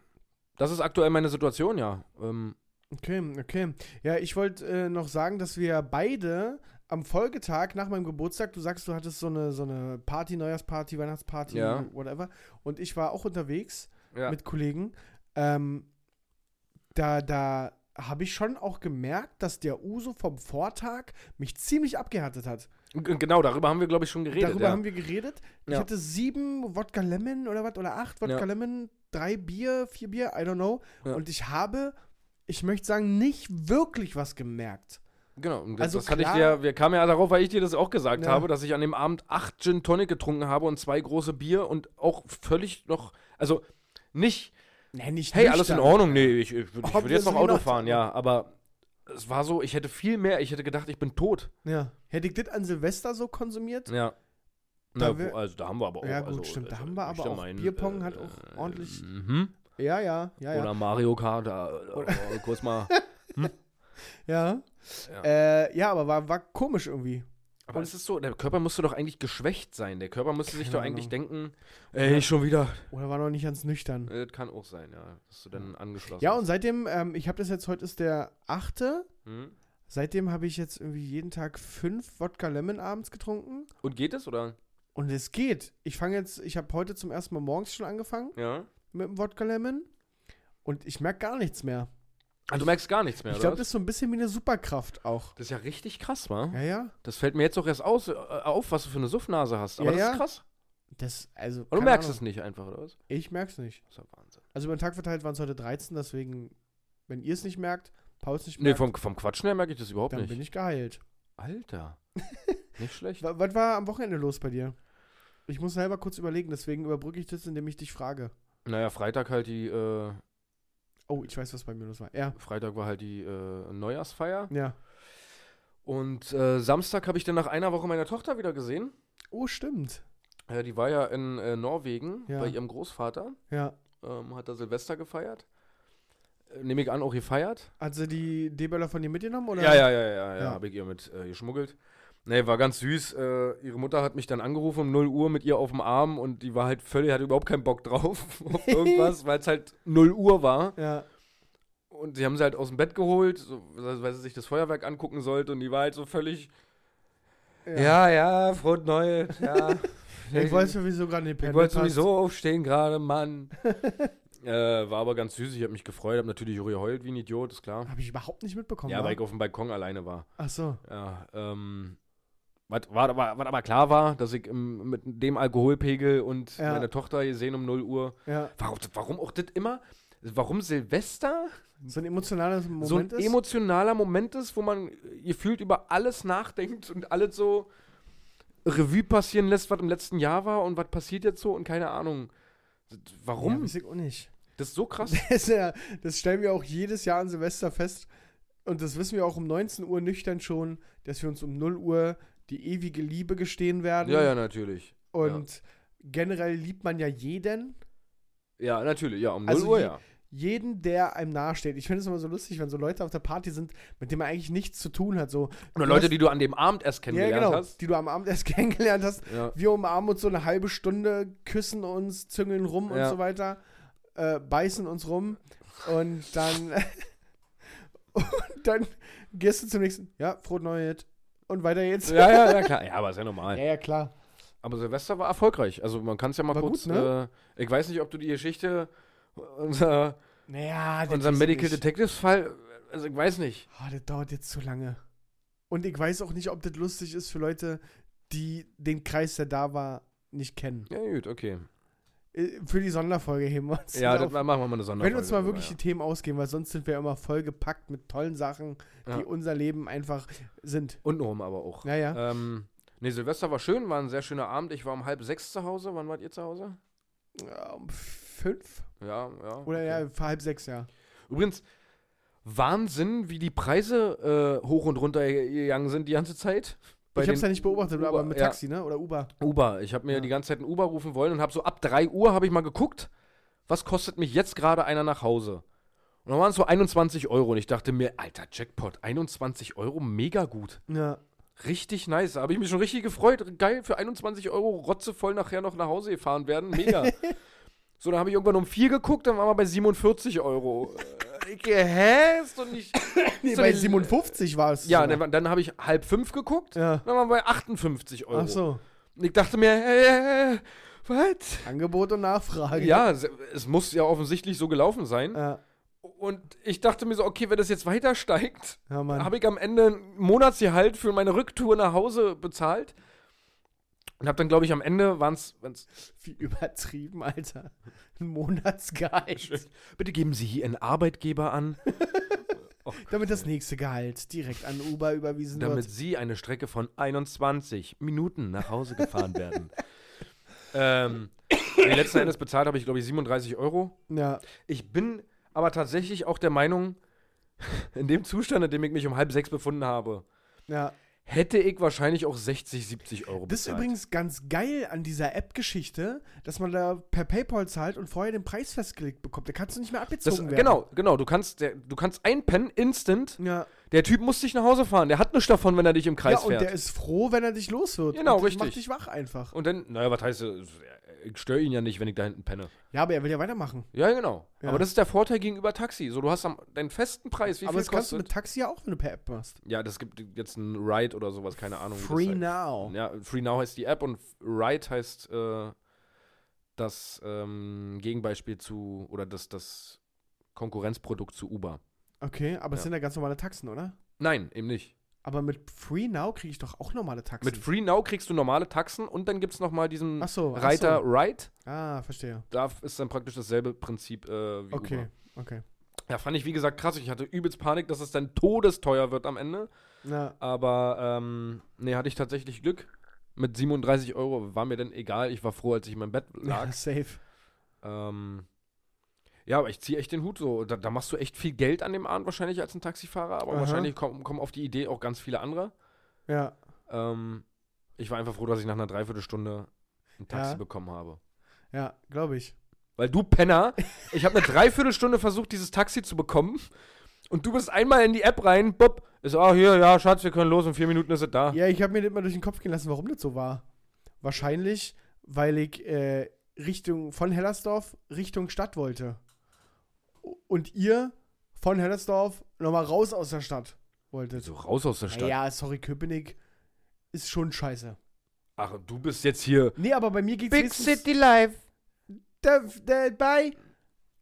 S3: Das ist aktuell meine Situation, ja. Ähm,
S4: Okay, okay. Ja, ich wollte äh, noch sagen, dass wir beide am Folgetag nach meinem Geburtstag, du sagst, du hattest so eine, so eine Party, Neujahrsparty, Weihnachtsparty,
S3: Ja.
S4: whatever. Und ich war auch unterwegs
S3: ja.
S4: mit Kollegen. Ähm, da da habe ich schon auch gemerkt, dass der Uso vom Vortag mich ziemlich abgehärtet hat.
S3: G- genau, darüber haben wir, glaube ich, schon geredet.
S4: Darüber
S3: ja.
S4: haben wir geredet. Ich
S3: Ja.
S4: hatte sieben Wodka Lemon oder was, oder acht Wodka
S3: Ja.
S4: Lemon, drei Bier, vier Bier, I don't know.
S3: Ja.
S4: Und ich habe, ich möchte sagen, nicht wirklich was gemerkt.
S3: Genau, und das,
S4: Also
S3: das hatte ich
S4: klar-
S3: dir, wir kamen ja darauf, weil ich dir das auch gesagt
S4: Ja.
S3: habe, dass ich an dem Abend acht Gin Tonic getrunken habe und zwei große Bier und auch völlig noch, also nicht,
S4: Nee, nicht
S3: hey, alles in
S4: nüchtern.
S3: Ordnung, nee, ich, ich, würd- ich würde
S4: Obviously
S3: jetzt noch Auto
S4: not.
S3: fahren, ja, aber es war so, ich hätte viel mehr, ich hätte gedacht, ich bin tot.
S4: Ja. Hätte ich das an Silvester so konsumiert?
S3: Ja.
S4: Da
S3: Na,
S4: wir-
S3: wo- also da haben wir aber auch.
S4: Ja, gut,
S3: also,
S4: stimmt, da
S3: also,
S4: haben wir
S3: ich
S4: aber
S3: da
S4: auch- Bierpong hat auch ordentlich-
S3: äh, Mhm.
S4: Ja, ja, ja, ja.
S3: Oder Mario Kart, da, äh, kurz mal.
S4: ja.
S3: Ja.
S4: Äh, ja, aber war, war komisch irgendwie.
S3: Aber es ist so, der Körper müsste doch eigentlich geschwächt sein. Der Körper müsste sich
S4: Keine
S3: doch eigentlich denken,
S5: Ey, schon wieder.
S4: Oder war noch nicht ganz nüchtern.
S3: Äh, Das kann auch sein, ja. Dass du dann angeschlossen
S4: Ja, und
S3: bist.
S4: seitdem, ähm, ich habe das jetzt, heute ist der achte.
S3: Hm?
S4: Seitdem habe ich jetzt irgendwie jeden Tag fünf Wodka Lemon abends getrunken.
S3: Und geht es, oder?
S4: Und es geht. Ich fange jetzt, ich habe heute zum ersten Mal morgens schon angefangen
S3: Ja.
S4: mit dem Wodka Lemon. Und ich merke gar nichts mehr.
S3: Ah, du merkst gar nichts mehr,
S4: Also ich
S3: oder?
S4: glaube, das ist so ein bisschen wie eine Superkraft auch.
S3: das ist ja richtig krass, wa?
S4: Ja, ja.
S3: Das fällt mir jetzt auch erst aus, äh, auf, was du für eine Suffnase hast. Aber
S4: Ja,
S3: das
S4: ja.
S3: ist krass.
S4: Das, also.
S3: Und du
S4: keine
S3: merkst
S4: Ahnung.
S3: es nicht einfach, oder was?
S4: Ich merk's nicht.
S3: Das ist ja Wahnsinn.
S4: Also über den Tag verteilt waren es heute 13, deswegen, wenn ihr es nicht merkt, Paul es nicht
S3: Nee,
S4: merkt,
S3: vom, vom Quatschen her merke ich das überhaupt
S4: dann
S3: nicht.
S4: bin ich geheilt.
S3: Alter. nicht schlecht.
S4: Wa- Was war am Wochenende los bei dir? Ich muss selber kurz überlegen, deswegen überbrücke ich das, indem ich dich frage.
S3: Naja, Freitag halt die, äh,
S4: Oh, ich weiß, was bei mir los war. Ja,
S3: Freitag war halt die äh, Neujahrsfeier.
S4: ja.
S3: Und äh, Samstag habe ich dann nach einer Woche meine Tochter wieder gesehen.
S4: Oh, stimmt.
S3: Äh, die war ja in äh, Norwegen
S4: Ja.
S3: bei ihrem Großvater.
S4: Ja.
S3: ähm, hat da Silvester gefeiert. Äh, Nehme ich an, auch gefeiert.
S4: Hat sie die D-Böller von dir mitgenommen? Oder?
S3: Ja, ja, ja, ja, ja,
S4: Ja.
S3: habe ich ihr mit äh, geschmuggelt. Nee, war ganz süß. Äh, ihre Mutter hat mich dann angerufen um 0 Uhr mit ihr auf dem Arm und die war halt völlig, hatte überhaupt keinen Bock drauf auf irgendwas, weil es halt 0 Uhr war.
S4: Ja,
S3: Und sie haben sie halt aus dem Bett geholt, so, weil sie sich das Feuerwerk angucken sollte und die war halt so völlig. Ja, ja, frohe Neue, ja.
S4: Ich wollte sowieso gerade in den
S3: Ich
S4: Pendel
S3: wollte
S4: passt.
S3: sowieso aufstehen gerade, Mann. äh, war aber ganz süß, ich habe mich gefreut, habe natürlich auch geheult wie ein Idiot, ist klar.
S4: Habe ich überhaupt nicht mitbekommen.
S3: ja,
S4: wa?
S3: weil ich auf dem Balkon alleine war.
S4: Ach so.
S3: Ja, ähm, was, war, war, was aber klar war, dass ich im, mit dem Alkoholpegel und
S4: Ja.
S3: meine Tochter gesehen um 0 Uhr.
S4: Ja.
S3: Warum, warum auch das immer? Warum Silvester
S4: So ein emotionales Moment
S3: Hm. so ein
S4: ist.
S3: emotionaler Moment ist, wo man äh, gefühlt über alles nachdenkt und alles so Revue passieren lässt, was im letzten Jahr war und was passiert jetzt so und keine Ahnung. D-
S4: Ja,
S3: Warum?
S4: weiß ich auch nicht.
S3: das ist so krass.
S4: Das, ist ja, das stellen wir auch jedes Jahr an Silvester fest. Und das wissen wir auch um 19 Uhr nüchtern schon, dass wir uns um 0 Uhr die ewige Liebe gestehen werden.
S3: Ja, ja, natürlich.
S4: Und generell liebt man ja jeden,
S3: Ja, natürlich, ja, um 0
S4: Also
S3: Uhr,
S4: je-
S3: ja.
S4: jeden, der einem nahesteht. Ich finde es immer so lustig, wenn so Leute auf der Party sind, mit denen man eigentlich nichts zu tun hat. So,
S3: Oder
S4: du
S3: Leute,
S4: hast-
S3: die du an dem Abend erst
S4: ja,
S3: kennengelernt
S4: genau,
S3: hast.
S4: die du am Abend erst kennengelernt hast.
S3: Ja.
S4: Wir umarmen uns so eine halbe Stunde, küssen uns, züngeln rum
S3: Ja.
S4: und so weiter, äh, beißen uns rum und dann, und dann gehst du zum nächsten, ja, frohe neue Hit und weiter jetzt.
S3: ja, ja, ja, klar. Ja, aber ist ja
S4: Ja,
S3: normal.
S4: ja, klar.
S3: Aber Silvester war erfolgreich. Also man kann es ja mal
S4: War
S3: kurz.
S4: gut, ne?
S3: äh, ich weiß nicht, ob du die Geschichte unser,
S4: Naja, das
S3: unser
S4: ist
S3: Medical
S4: nicht-
S3: Detectives Fall, also ich weiß nicht.
S4: Ah, das dauert jetzt zu lange. Und ich weiß auch nicht, ob das lustig ist für Leute, die den Kreis, der da war, nicht kennen.
S3: Ja, gut, okay.
S4: Äh, Für die Sonderfolge heben wir uns.
S3: Ja,
S4: das
S3: dann
S4: auf.
S3: machen wir mal eine Sonderfolge.
S4: Wenn uns mal
S3: drüber,
S4: wirklich
S3: ja.
S4: die Themen ausgehen, weil sonst sind wir immer vollgepackt mit tollen Sachen,
S3: Ja.
S4: die unser Leben einfach sind.
S3: Untenrum aber auch.
S4: Naja.
S3: Ähm, nee, Silvester war schön, war ein sehr schöner Abend. Ich war um halb sechs zu Hause. Wann wart ihr zu Hause?
S4: Ja. Um fünf?
S3: Ja, ja.
S4: Oder ja, für halb sechs, ja.
S3: Übrigens, Wahnsinn, wie die Preise äh, hoch und runter gegangen sind die ganze Zeit. Bei
S4: ich hab's ja
S3: den
S4: nicht beobachtet,
S3: Uber,
S4: aber mit
S3: ja.
S4: Taxi, ne? Oder Uber.
S3: Uber. Ich habe mir
S4: Ja.
S3: die ganze Zeit einen Uber rufen wollen und habe so ab 3 Uhr habe ich mal geguckt, was kostet mich jetzt gerade einer nach Hause. Und dann waren es so 21 Euro und ich dachte mir, alter Jackpot, 21 Euro, mega gut.
S4: Ja.
S3: Richtig nice. Da habe ich mich schon richtig gefreut. Geil, für 21 Euro rotzevoll nachher noch nach Hause gefahren werden. Mega. so, dann habe ich irgendwann um 4 geguckt, dann waren wir bei 47 Euro. Äh, Ich, hä? Ist doch nicht.
S4: Nee,
S3: ist doch
S4: bei
S3: nicht-
S4: 57 war es.
S3: Ja, ne,
S4: sogar.
S3: dann, war- dann habe ich halb fünf geguckt,
S4: Ja.
S3: dann waren wir bei 58 Euro.
S4: Ach so.
S3: Und ich dachte mir, äh, was?
S4: Angebot und Nachfrage.
S3: Ja, se- es muss ja offensichtlich so gelaufen sein.
S4: Ja,
S3: Und ich dachte mir so, okay, wenn das jetzt weiter steigt,
S4: ja Mann.
S3: habe ich am Ende ein Monatsgehalt für meine Rücktour nach Hause bezahlt. Und habe dann, glaube ich, am Ende waren es.
S4: Wie übertrieben, Alter. Ein Monatsgehalt.
S3: Bitte geben Sie hier Ihren Arbeitgeber an,
S4: Damit das nächste Gehalt direkt an Uber überwiesen
S3: damit
S4: wird.
S3: Sie eine Strecke von 21 Minuten nach Hause gefahren werden. ähm, und letzten Endes bezahlt habe ich, glaube ich, 37 Euro.
S4: Ja.
S3: Ich bin aber tatsächlich auch der Meinung, in dem Zustand, in dem ich mich um halb sechs befunden habe,
S4: Ja.
S3: hätte ich wahrscheinlich auch 60, 70 Euro
S4: Das ist übrigens ganz geil an dieser App-Geschichte, dass man da per PayPal zahlt und vorher den Preis festgelegt bekommt. Da kannst du nicht mehr
S3: das,
S4: abgezogen werden.
S3: genau, genau. Du kannst, der, du kannst einpennen, instant.
S4: Ja,
S3: Der Typ muss dich nach Hause fahren. Der hat nichts davon, wenn er dich im
S4: ja
S3: Kreis
S4: und der
S3: fährt.
S4: ist froh, wenn er dich los wird.
S3: Genau,
S4: und das
S3: richtig.
S4: Macht dich wach einfach.
S3: Und dann, naja, was heißt, das? ich störe ihn ja nicht, wenn ich da hinten penne.
S4: Ja, aber er will ja weitermachen.
S3: Ja, genau.
S4: Ja.
S3: Aber das ist der Vorteil gegenüber Taxi. So, du hast am, deinen festen Preis. Wie
S4: aber
S3: viel
S4: das kannst du mit
S3: kostet?
S4: Taxi ja auch, wenn du per App machst.
S3: Ja, das gibt jetzt ein Ride oder sowas, keine Ahnung. wie das
S4: Free
S3: heißt. ne.
S4: now.
S3: Ja, Free Now heißt die App und Ride heißt äh, das ähm, Gegenbeispiel zu oder das, das Konkurrenzprodukt zu Uber.
S4: Okay, aber es
S3: Ja.
S4: sind ja ganz normale Taxen, oder?
S3: Nein, eben nicht.
S4: Aber mit Free Now kriege ich doch auch normale Taxen.
S3: Mit Free Now kriegst du normale Taxen und dann gibt es nochmal diesen
S4: Ach so, ach
S3: Reiter Ride.
S4: so. Ah, verstehe.
S3: Da ist dann praktisch dasselbe Prinzip äh, wie
S4: Okay,
S3: Uber.
S4: okay.
S3: Ja, fand ich wie gesagt krass. Ich hatte übelst Panik, dass es dann todesteuer wird am Ende.
S4: Na,
S3: Aber ähm, nee, hatte ich tatsächlich Glück. Mit 37 Euro war mir dann egal. Ich war froh, als ich in meinem Bett lag.
S4: ja, safe.
S3: Ähm, ja, aber ich ziehe echt den Hut so. Da, da machst du echt viel Geld an dem Abend wahrscheinlich als ein Taxifahrer, aber
S4: Aha.
S3: wahrscheinlich kommen kommen auf die Idee auch ganz viele andere.
S4: Ja.
S3: Ähm, ich war einfach froh, dass ich nach einer Dreiviertelstunde ein Taxi
S4: Ja.
S3: bekommen habe.
S4: Ja, glaube ich.
S3: Weil du Penner, ich habe eine Dreiviertelstunde versucht, dieses Taxi zu bekommen. Und du bist einmal in die App rein, bupp, ist, ah, hier, ja, Schatz, wir können los, in vier Minuten ist es da.
S4: Ja, ich habe mir das mal durch den Kopf gehen lassen, warum das so war. Wahrscheinlich, weil ich äh, Richtung von Hellersdorf Richtung Stadt wollte. Und ihr von Hellersdorf nochmal raus aus der Stadt wolltet.
S3: So raus aus der Stadt.
S4: Ja, sorry, Köpenick ist schon scheiße.
S3: Ach, du bist jetzt hier.
S4: Nee, aber bei mir geht's wenigstens-
S3: Life.
S4: Da, da, bei.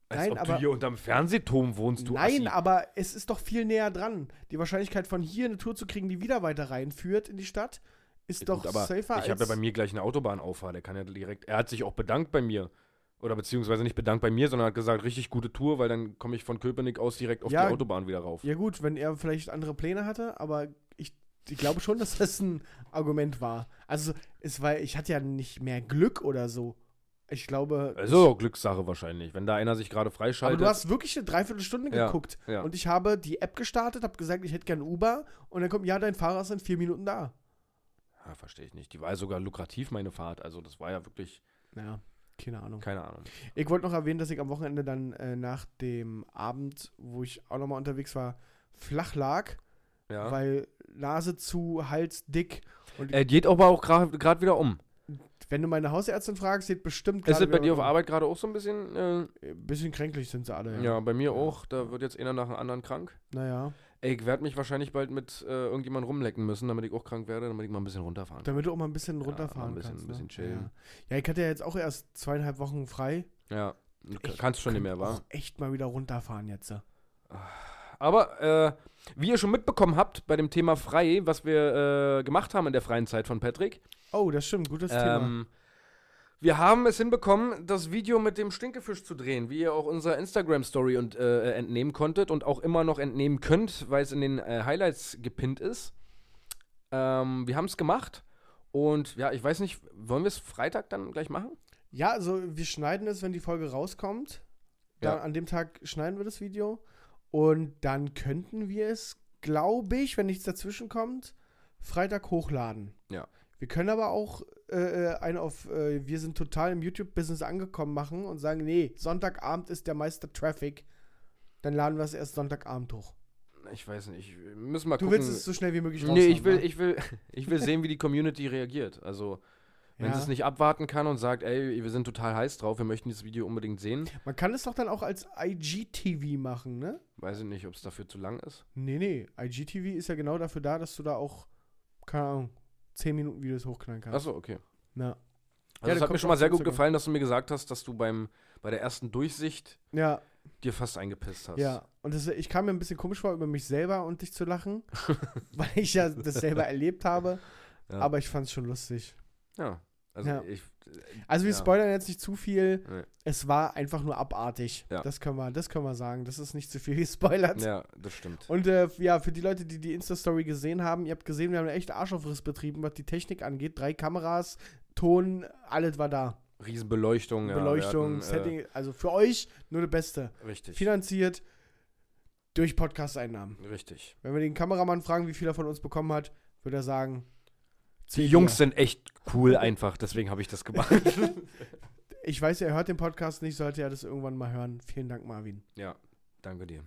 S3: Als
S4: Nein,
S3: ob
S4: aber-
S3: du hier unterm Fernsehturm wohnst, du Assi.
S4: Nein, aber es ist doch viel näher dran. Die Wahrscheinlichkeit von hier eine Tour zu kriegen, die wieder weiter reinführt in die Stadt, ist
S3: Ja,
S4: doch
S3: gut, aber
S4: safer
S3: Ich
S4: als.
S3: habe ja bei mir gleich eine Autobahnauffahrt. Der kann ja direkt. Er hat sich auch bedankt bei mir. Oder beziehungsweise nicht bedankt bei mir, sondern hat gesagt, richtig gute Tour, weil dann komme ich von Köpenick aus direkt auf
S4: Ja.
S3: die Autobahn wieder rauf.
S4: Ja, gut, wenn er vielleicht andere Pläne hatte, aber ich, ich glaube schon, dass das ein Argument war. Also, es war, ich hatte ja nicht mehr Glück oder so. Ich glaube.
S3: Also auch Glückssache wahrscheinlich, wenn da einer sich gerade
S4: aber
S3: freischaltet.
S4: du hast wirklich eine Dreiviertelstunde
S3: Ja,
S4: geguckt.
S3: ja.
S4: Und ich habe die App gestartet, habe gesagt, ich hätte gern Uber. Und dann kommt, ja, dein Fahrer ist in vier Minuten da.
S3: ja, verstehe Ah, ich nicht. Die war ja sogar lukrativ, meine Fahrt. Also das war ja wirklich,
S4: Naja, keine Ahnung.
S3: keine Ahnung.
S4: Ich wollte noch erwähnen, dass ich am Wochenende dann äh, nach dem Abend, wo ich auch nochmal unterwegs war, flach lag,
S3: Ja.
S4: weil Nase zu, Hals dick. Und
S3: er geht aber auch gerade wieder um.
S4: wenn du meine Hausärztin fragst, sieht bestimmt
S3: Ist
S4: gerade
S3: es bei
S4: wieder um.
S3: dir auf
S4: was-
S3: Arbeit gerade auch so ein bisschen? Äh,
S4: Ein bisschen kränklich sind sie alle.
S3: ja. bei mir auch. Da wird jetzt einer nach dem anderen krank.
S4: Naja,
S3: Ey, ich werde mich wahrscheinlich bald mit äh, irgendjemandem rumlecken müssen, damit ich auch krank werde, damit ich mal ein bisschen runterfahren
S4: damit du auch mal ein bisschen runterfahren
S3: mal ein bisschen-
S4: kannst.
S3: ein bisschen
S4: ne?
S3: chillen.
S4: Ja. ja, ich hatte ja jetzt auch erst zweieinhalb Wochen frei.
S3: Ja, du
S4: Ich
S3: kannst schon nicht
S4: Könnte
S3: mehr, wa?
S4: auch echt mal wieder runterfahren jetzt.
S3: Aber äh, wie ihr schon mitbekommen habt bei dem Thema frei, was wir äh, gemacht haben in der freien Zeit von Patrick,
S4: Oh, das stimmt, gutes Thema.
S3: ähm, wir haben es hinbekommen, das Video mit dem Stinkefisch zu drehen, wie ihr auch unserer Instagram-Story und äh, entnehmen konntet und auch immer noch entnehmen könnt, weil es in den äh, Highlights gepinnt ist. Ähm, wir haben es gemacht und ja, ich weiß nicht, wollen wir es Freitag dann gleich machen?
S4: Ja, also wir schneiden es, wenn die Folge rauskommt. Dann
S3: Ja.
S4: An dem Tag schneiden wir das Video. Und dann könnten wir es, glaube ich, wenn nichts dazwischen kommt, Freitag hochladen.
S3: Ja.
S4: Wir können aber auch äh, äh, einen auf äh, Wir sind total im YouTube-Business angekommen machen und sagen, nee, Sonntagabend ist der meiste Traffic. Dann laden wir es erst Sonntagabend hoch.
S3: Ich weiß nicht. Wir Müssen mal
S4: Du
S3: gucken.
S4: willst es so schnell wie möglich
S3: Nee, ich
S4: raushauen, ne?
S3: will,
S4: wa?
S3: ich will, ich will sehen, wie die Community reagiert. Also, wenn
S4: ja.
S3: sie es nicht abwarten kann und sagt, ey, wir sind total heiß drauf, wir möchten dieses Video unbedingt sehen,
S4: Man kann es doch dann auch als IGTV machen, ne?
S3: weiß ich nicht, ob es dafür zu lang ist.
S4: Nee, nee. IGTV ist ja genau dafür da, dass du da auch, keine Ahnung, 10 Minuten Videos hochknallen kannst.
S3: Achso, okay.
S4: Na.
S3: Also,
S4: Ja,
S3: es
S4: dann
S3: hat mir
S4: kommt's
S3: schon mal
S4: auf
S3: sehr gut
S4: Instagram.
S3: gefallen, dass du mir gesagt hast, dass du beim, bei der ersten Durchsicht
S4: Ja,
S3: dir fast eingepisst hast.
S4: ja. Und das, ich kam mir ein bisschen komisch vor, über mich selber und dich zu lachen, weil ich ja das selber erlebt habe.
S3: Ja.
S4: Aber ich fand es schon lustig.
S3: Ja. Also,
S4: Ja.
S3: ich.
S4: Also wir
S3: Ja.
S4: spoilern jetzt nicht zu viel.
S3: Nee.
S4: Es war einfach nur abartig.
S3: Ja.
S4: Das, können wir, das können wir sagen. Das ist nicht zu viel gespoilert.
S3: Ja, das stimmt.
S4: Und äh, ja, für die Leute, die die Insta-Story gesehen haben, ihr habt gesehen, wir haben einen echten Arschaufriss betrieben, was die Technik angeht. Drei Kameras, Ton, alles war da.
S3: Riesenbeleuchtung. ja, wir
S4: Beleuchtung,
S3: hatten,
S4: Setting, also für euch nur das Beste.
S3: Äh, richtig.
S4: Finanziert durch Podcast-Einnahmen.
S3: Richtig.
S4: Wenn wir den Kameramann fragen, wie viel er von uns bekommen hat, würde er sagen,
S3: Die
S4: zehn
S3: Jungs
S4: hier.
S3: sind echt cool einfach, deswegen habe ich das gemacht.
S4: Ich weiß, er hört den Podcast nicht, sollte er das irgendwann mal hören. Vielen Dank, Marvin.
S3: ja, danke dir.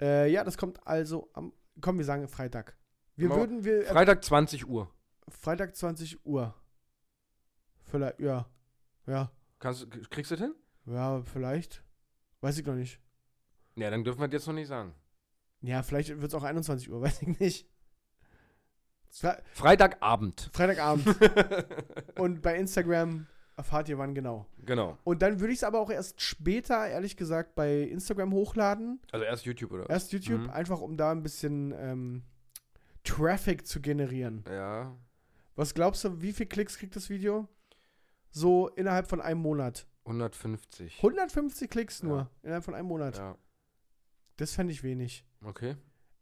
S4: Äh, ja, das kommt also am, komm, wir sagen Freitag. Wir
S3: Mau-
S4: würden, wir, äh,
S3: Freitag 20 Uhr.
S4: Freitag 20 Uhr. Vielleicht, ja, ja,
S3: Kannst, du- kriegst du das hin?
S4: ja, vielleicht. Weiß ich noch nicht.
S3: Ja, dann dürfen wir das jetzt noch nicht sagen.
S4: Ja, vielleicht wird es auch 21 Uhr, weiß ich nicht. Fre
S3: Freitagabend.
S4: Freitagabend. Und bei Instagram erfahrt ihr wann genau.
S3: genau.
S4: Und dann würde ich es aber auch erst später, ehrlich gesagt, bei Instagram hochladen.
S3: Also erst YouTube, oder?
S4: Erst YouTube,
S3: Mhm.
S4: einfach um da ein bisschen ähm, Traffic zu generieren.
S3: Ja.
S4: Was glaubst du, wie viele Klicks kriegt das Video? So innerhalb von einem Monat.
S3: 150.
S4: 150 Klicks nur
S3: Ja.
S4: innerhalb von einem Monat.
S3: Ja.
S4: Das fände ich wenig.
S3: Okay.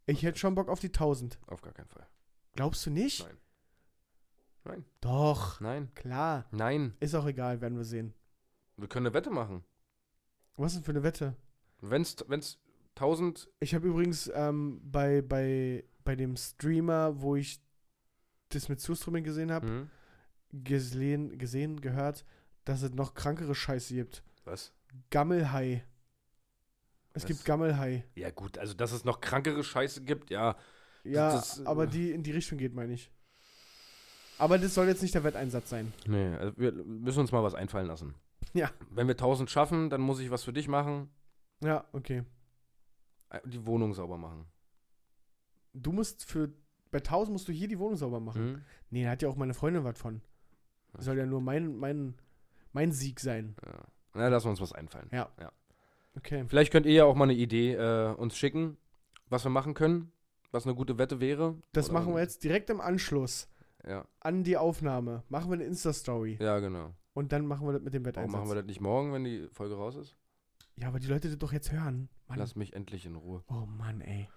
S4: Ich hätte schon Bock auf die 1000.
S3: Auf gar keinen Fall.
S4: Glaubst du nicht?
S3: Nein. Nein.
S4: Doch,
S3: Nein.
S4: klar.
S3: Nein.
S4: Ist auch egal, werden wir sehen.
S3: Wir können eine Wette machen.
S4: Was denn für eine Wette?
S3: Wenn's, wenn's 1000.
S4: Ich habe übrigens ähm, bei, bei, bei dem Streamer, wo ich das mit Zuströmen gesehen habe,
S3: Hm?
S4: gesehen, gesehen, gehört, dass es noch krankere Scheiße gibt.
S3: Was?
S4: Gammelhai. Es
S3: Was?
S4: gibt Gammelhai.
S3: Ja, gut. Also, dass es noch krankere Scheiße gibt, ja.
S4: Ja,
S3: Das- das, äh,
S4: aber die in die Richtung geht, meine ich. Aber das soll jetzt nicht der Wetteinsatz sein.
S3: Nee, also wir müssen uns mal was einfallen lassen.
S4: Ja.
S3: Wenn wir 1000 schaffen, dann muss ich was für dich machen.
S4: Ja, okay.
S3: Äh, Die Wohnung sauber machen.
S4: Du musst für. Bei 1000 musst du hier die Wohnung sauber machen.
S3: Hm?
S4: Nee, da hat ja auch meine Freundin was von. Soll ja nur mein, mein, mein Sieg sein.
S3: Ja. Na, lassen wir uns was einfallen.
S4: Okay.
S3: Vielleicht könnt ihr ja auch mal eine Idee äh, uns schicken, was wir machen können, was eine gute Wette wäre.
S4: Das
S3: Oder-
S4: machen wir jetzt direkt im Anschluss.
S3: Ja,
S4: an die Aufnahme, machen wir eine Insta-Story
S3: ja genau.
S4: und dann machen wir das mit dem
S3: Warum
S4: Wetteinsatz.
S3: Oh, machen wir das nicht morgen, wenn die Folge raus ist?
S4: ja, aber die Leute das doch jetzt hören. Mann.
S3: Lass mich endlich in Ruhe.
S4: Oh Mann, ey.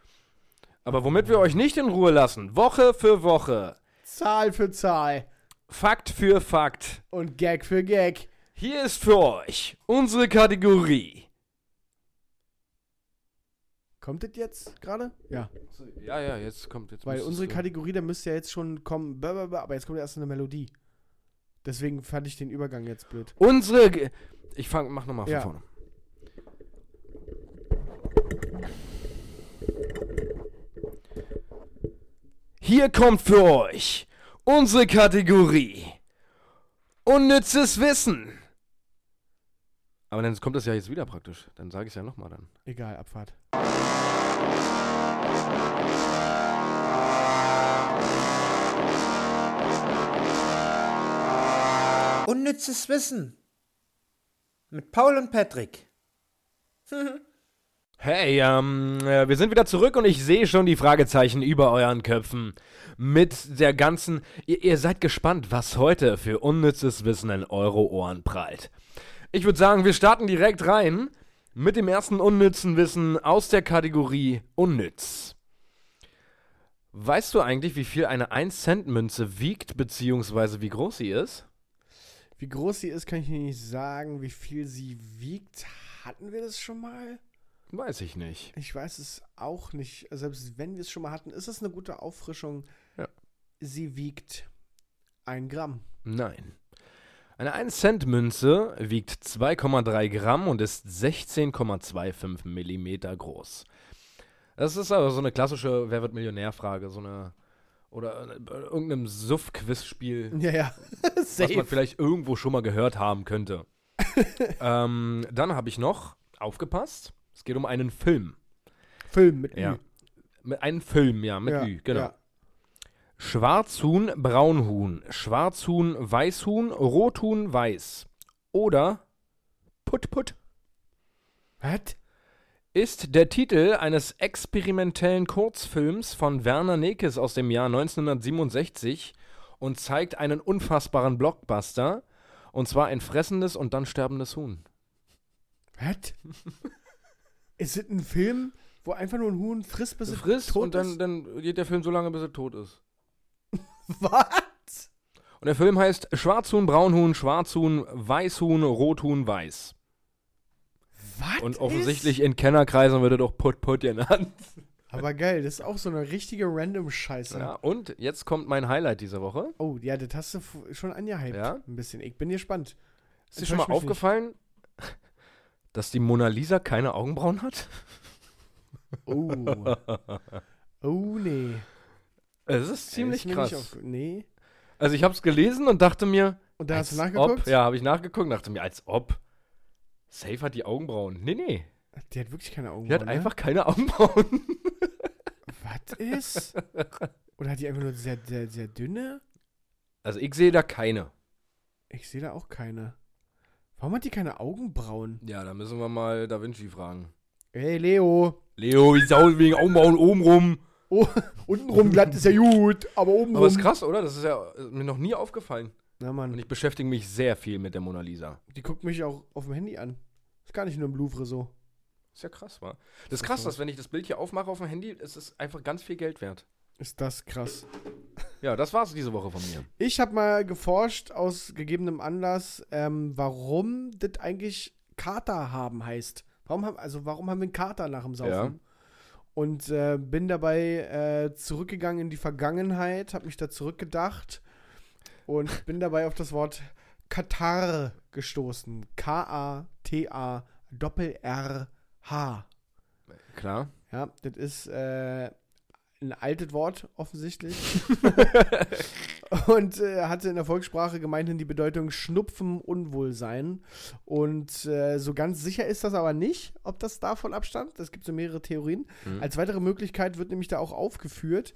S3: Aber womit wir euch nicht in Ruhe lassen, Woche für Woche,
S4: Zahl für Zahl
S3: Fakt für Fakt,
S4: und Gag für Gag.
S3: hier ist für euch unsere Kategorie.
S4: Kommt das jetzt gerade? Ja.
S3: Ja, ja, jetzt kommt jetzt.
S4: Weil
S3: müsstest
S4: unsere
S3: du-
S4: Kategorie, da müsste ja jetzt schon kommen, bla, bla, bla, aber jetzt kommt erst eine Melodie. Deswegen fand ich den Übergang jetzt blöd.
S3: Unsere. Ge- Ich fang, mach nochmal von
S4: Ja.
S3: vorne. Hier kommt für euch unsere Kategorie Unnützes Wissen. Aber dann kommt das ja jetzt wieder praktisch. Dann sage ich es ja nochmal dann.
S4: Egal, Abfahrt.
S6: Unnützes Wissen. Mit Paul und Patrick.
S3: Hey, ähm, äh, wir sind wieder zurück und ich sehe schon die Fragezeichen über euren Köpfen. Mit der ganzen. Ihr, ihr seid gespannt, was heute für unnützes Wissen in eure Ohren prallt. Ich würde sagen, wir starten direkt rein mit dem ersten unnützen Wissen aus der Kategorie Unnütz. Weißt du eigentlich, wie viel eine 1-Cent-Münze wiegt, beziehungsweise wie groß sie ist?
S4: Wie groß sie ist, kann ich nicht sagen. Wie viel sie wiegt, hatten wir das schon mal?
S3: Weiß ich nicht.
S4: Ich weiß es auch nicht. Selbst wenn wir es schon mal hatten, ist das eine gute Auffrischung.
S3: Ja.
S4: Sie wiegt ein Gramm.
S3: Nein. Eine 1-Cent-Münze wiegt 2,3 Gramm und ist 16,25 Millimeter groß. Das ist aber so eine klassische Wer wird Millionär-Frage, so eine. Oder äh, bei irgendeinem Suff-Quiz-Spiel.
S4: Ja, ja.
S3: was man vielleicht irgendwo schon mal gehört haben könnte. ähm, dann habe ich noch aufgepasst. Es geht um einen Film.
S4: Film mit
S3: Ja.
S4: Ü.
S3: Mit einem Film, ja, mit
S4: Ja,
S3: Ü, genau.
S4: ja.
S3: Schwarzhuhn, Braunhuhn, Schwarzhuhn, Weißhuhn, Rothuhn, Weiß. Oder Put-Put
S4: Was?
S3: ist der Titel eines experimentellen Kurzfilms von Werner Nekes aus dem Jahr 1967 und zeigt einen unfassbaren Blockbuster. Und zwar ein fressendes und dann sterbendes Huhn.
S4: Was? ist es ein Film, wo einfach nur ein Huhn frisst, bis
S3: Du
S4: es
S3: frisst
S4: tot
S3: und dann,
S4: ist?
S3: dann geht der Film so lange, bis er tot ist.
S4: Was?
S3: Und der Film heißt Schwarzhuhn, Braunhuhn, Schwarzhuhn, Weißhuhn, Rothuhn, Weiß.
S4: Was?
S3: Und offensichtlich in Kennerkreisen wird er doch Put-Put genannt.
S4: Ist? Aber geil, das ist auch so eine richtige random Scheiße.
S3: Ja, und jetzt kommt mein Highlight dieser Woche.
S4: Oh, ja, das hast du fu- schon angehypt.
S3: Ja?
S4: Ein bisschen. Ich bin gespannt.
S3: Ist dir schon mal
S4: Enttäusch mich
S3: aufgefallen, dass die Mona Lisa keine Augenbrauen hat?
S4: nicht. Oh. Oh, nee.
S3: Es ist ziemlich
S4: Ist mir nicht
S3: krass.
S4: aufge- Nee.
S3: Also ich habe es gelesen und dachte mir,
S4: Und da hast du
S3: als
S4: nachgeguckt?
S3: Ob, ja, habe ich nachgeguckt und dachte mir, als ob. Safe hat die Augenbrauen. Nee, nee.
S4: Die hat wirklich keine Augenbrauen.
S3: Die hat
S4: ne?
S3: einfach keine Augenbrauen.
S4: Was ist? Oder hat die einfach nur sehr, sehr, sehr dünne?
S3: Also ich sehe da keine.
S4: Ich sehe da auch keine. Warum hat die keine Augenbrauen?
S3: Ja, da müssen wir mal Da Vinci fragen.
S4: Ey, Leo.
S3: Leo, die Sau wegen Augenbrauen oben rum.
S4: Oh, untenrum glatt ist ja gut, aber obenrum.
S3: Aber ist krass, oder? Das ist ja äh, mir noch nie aufgefallen.
S4: Na
S3: Und
S4: Mann,
S3: ich beschäftige mich sehr viel mit der Mona Lisa.
S4: die guckt mich auch auf dem Handy an. Ist gar nicht nur im Louvre so.
S3: Ist ja krass, wa? Das ist krass, dass wenn ich das Bild hier aufmache auf dem Handy, ist es einfach ganz viel Geld wert.
S4: Ist das krass.
S3: Ja, das war's diese Woche von mir.
S4: Ich habe mal geforscht aus gegebenem Anlass, ähm, warum das eigentlich Kater haben heißt. Warum haben, also warum haben wir einen Kater nach dem Saufen? Und äh, bin dabei äh, zurückgegangen in die Vergangenheit, habe mich da zurückgedacht und bin dabei auf das Wort Katar gestoßen. K-A-T-A Doppel-R-H.
S3: Klar.
S4: Ja, das ist äh, ein altes Wort offensichtlich. und äh, hatte in der Volkssprache gemeinhin die Bedeutung Schnupfen, Unwohlsein. Und äh, so ganz sicher ist das aber nicht, ob das davon abstammt. Es gibt so mehrere Theorien. Als weitere Möglichkeit wird nämlich da auch aufgeführt,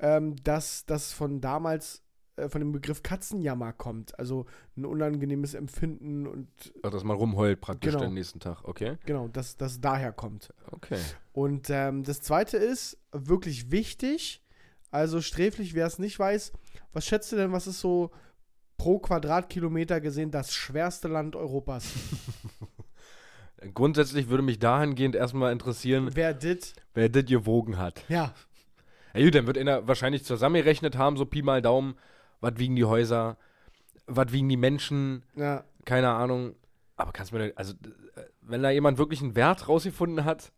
S4: ähm, dass das von damals äh, von dem Begriff Katzenjammer kommt. Also ein unangenehmes Empfinden und
S3: Ach, dass man rumheult praktisch
S4: Genau.
S3: den nächsten Tag. Okay.
S4: genau, dass das daher kommt.
S3: Okay.
S4: Und ähm, das zweite ist wirklich wichtig, also sträflich, wer es nicht weiß. Was schätzt du denn, was ist so pro Quadratkilometer gesehen das schwerste Land Europas?
S3: Grundsätzlich würde mich dahingehend erstmal interessieren,
S4: wer dit?
S3: wer das gewogen hat.
S4: Ja,
S3: Ja, gut, dann wird einer wahrscheinlich zusammengerechnet haben, so Pi mal Daumen, was wiegen die Häuser, was wiegen die Menschen,
S4: ja.
S3: keine Ahnung. Aber kannst du mir, denn- also, d- äh, wenn da jemand wirklich einen Wert rausgefunden hat,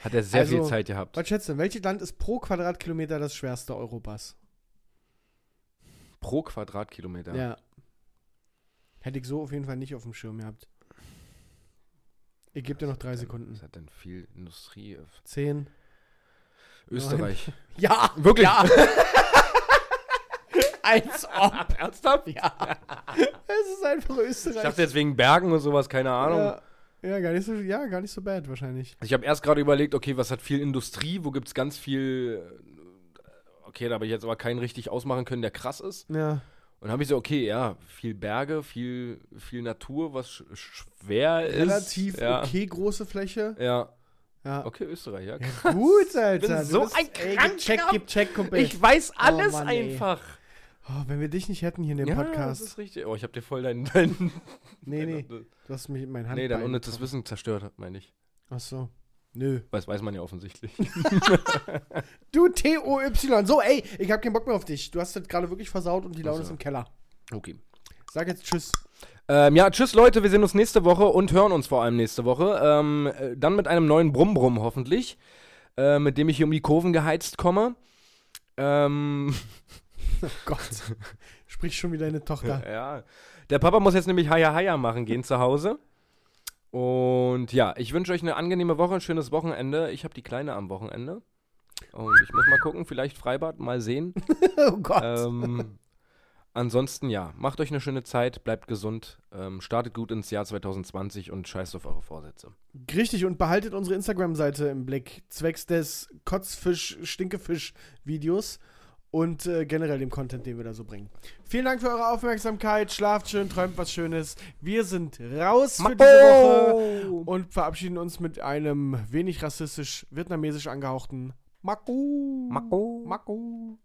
S3: hat er sehr
S4: Also,
S3: viel Zeit gehabt.
S4: Was schätzt du denn, welches Land ist pro Quadratkilometer das schwerste Europas?
S3: Pro Quadratkilometer.
S4: Ja. Hätte ich so auf jeden Fall nicht auf dem Schirm gehabt. Ich gebe dir noch drei Sekunden.
S3: Das hat dann viel Industrie. äh, f-
S4: Zehn.
S3: Österreich.
S4: Ja,
S3: Wirklich?
S4: als ob.
S3: Ernsthaft?
S4: Ja. Es ist einfach Österreich.
S3: Ich dachte jetzt wegen Bergen und sowas, keine Ahnung.
S4: Ja, ja, gar nicht so, ja, gar nicht so bad wahrscheinlich.
S3: Ich habe erst gerade überlegt, okay, was hat viel Industrie, wo gibt es ganz viel. äh, Okay, da habe ich jetzt aber keinen richtig ausmachen können, der krass ist.
S4: Ja.
S3: Und habe ich so, okay, ja, viel Berge, viel, viel Natur, was sch schwer ist.
S4: Relativ
S3: ja.
S4: okay große Fläche.
S3: Ja,
S4: Ja.
S3: okay, Österreich, ja.
S4: Gut, Alter.
S3: bin
S4: du
S3: so
S4: bist-
S3: ein
S4: ey,
S3: Krank-
S4: Check, gib Check, Kumpel.
S3: Ich weiß alles
S4: Oh Mann, ey.
S3: einfach.
S4: oh, wenn wir dich nicht hätten hier in dem
S3: Ja, das
S4: Podcast.
S3: ist richtig. Oh, ich habe dir voll deinen. deinen
S4: Nee, nee.
S3: deinen-
S4: Du hast mich in mein Handbein.
S3: nee, dein unnützes Wissen zerstört, meine ich.
S4: Ach so. Nö.
S3: Das weiß man ja offensichtlich.
S4: Du T-O-Y. So, ey, ich hab keinen Bock mehr auf dich. Du hast das gerade wirklich versaut und die Laune
S3: Ach so.
S4: ist im Keller.
S3: Okay.
S4: Sag jetzt Tschüss.
S3: Ähm, ja, tschüss Leute, wir sehen uns nächste Woche und hören uns vor allem nächste Woche. Ähm, äh, dann mit einem neuen Brumm-Brumm hoffentlich, äh, mit dem ich hier um die Kurven geheizt komme. Ähm,
S4: Oh Gott. Sprich schon wie deine Tochter.
S3: ja. Der Papa muss jetzt nämlich Haya Haya machen gehen zu Hause. Und ja, ich wünsche euch eine angenehme Woche, ein schönes Wochenende. Ich habe die Kleine am Wochenende. Und ich muss mal gucken, vielleicht Freibad, mal sehen.
S4: Oh Gott.
S3: ähm, ansonsten ja, macht euch eine schöne Zeit, bleibt gesund, ähm, startet gut ins Jahr 2020 und scheißt auf eure Vorsätze.
S4: Richtig, und behaltet unsere Instagram-Seite im Blick, zwecks des Kotzfisch-Stinkefisch-Videos und äh, generell dem Content, den wir da so bringen. Vielen Dank für eure Aufmerksamkeit. Schlaft schön, träumt was Schönes. Wir sind raus für diese Woche und verabschieden uns mit einem wenig rassistisch-vietnamesisch angehauchten Maku. Maku. Maku.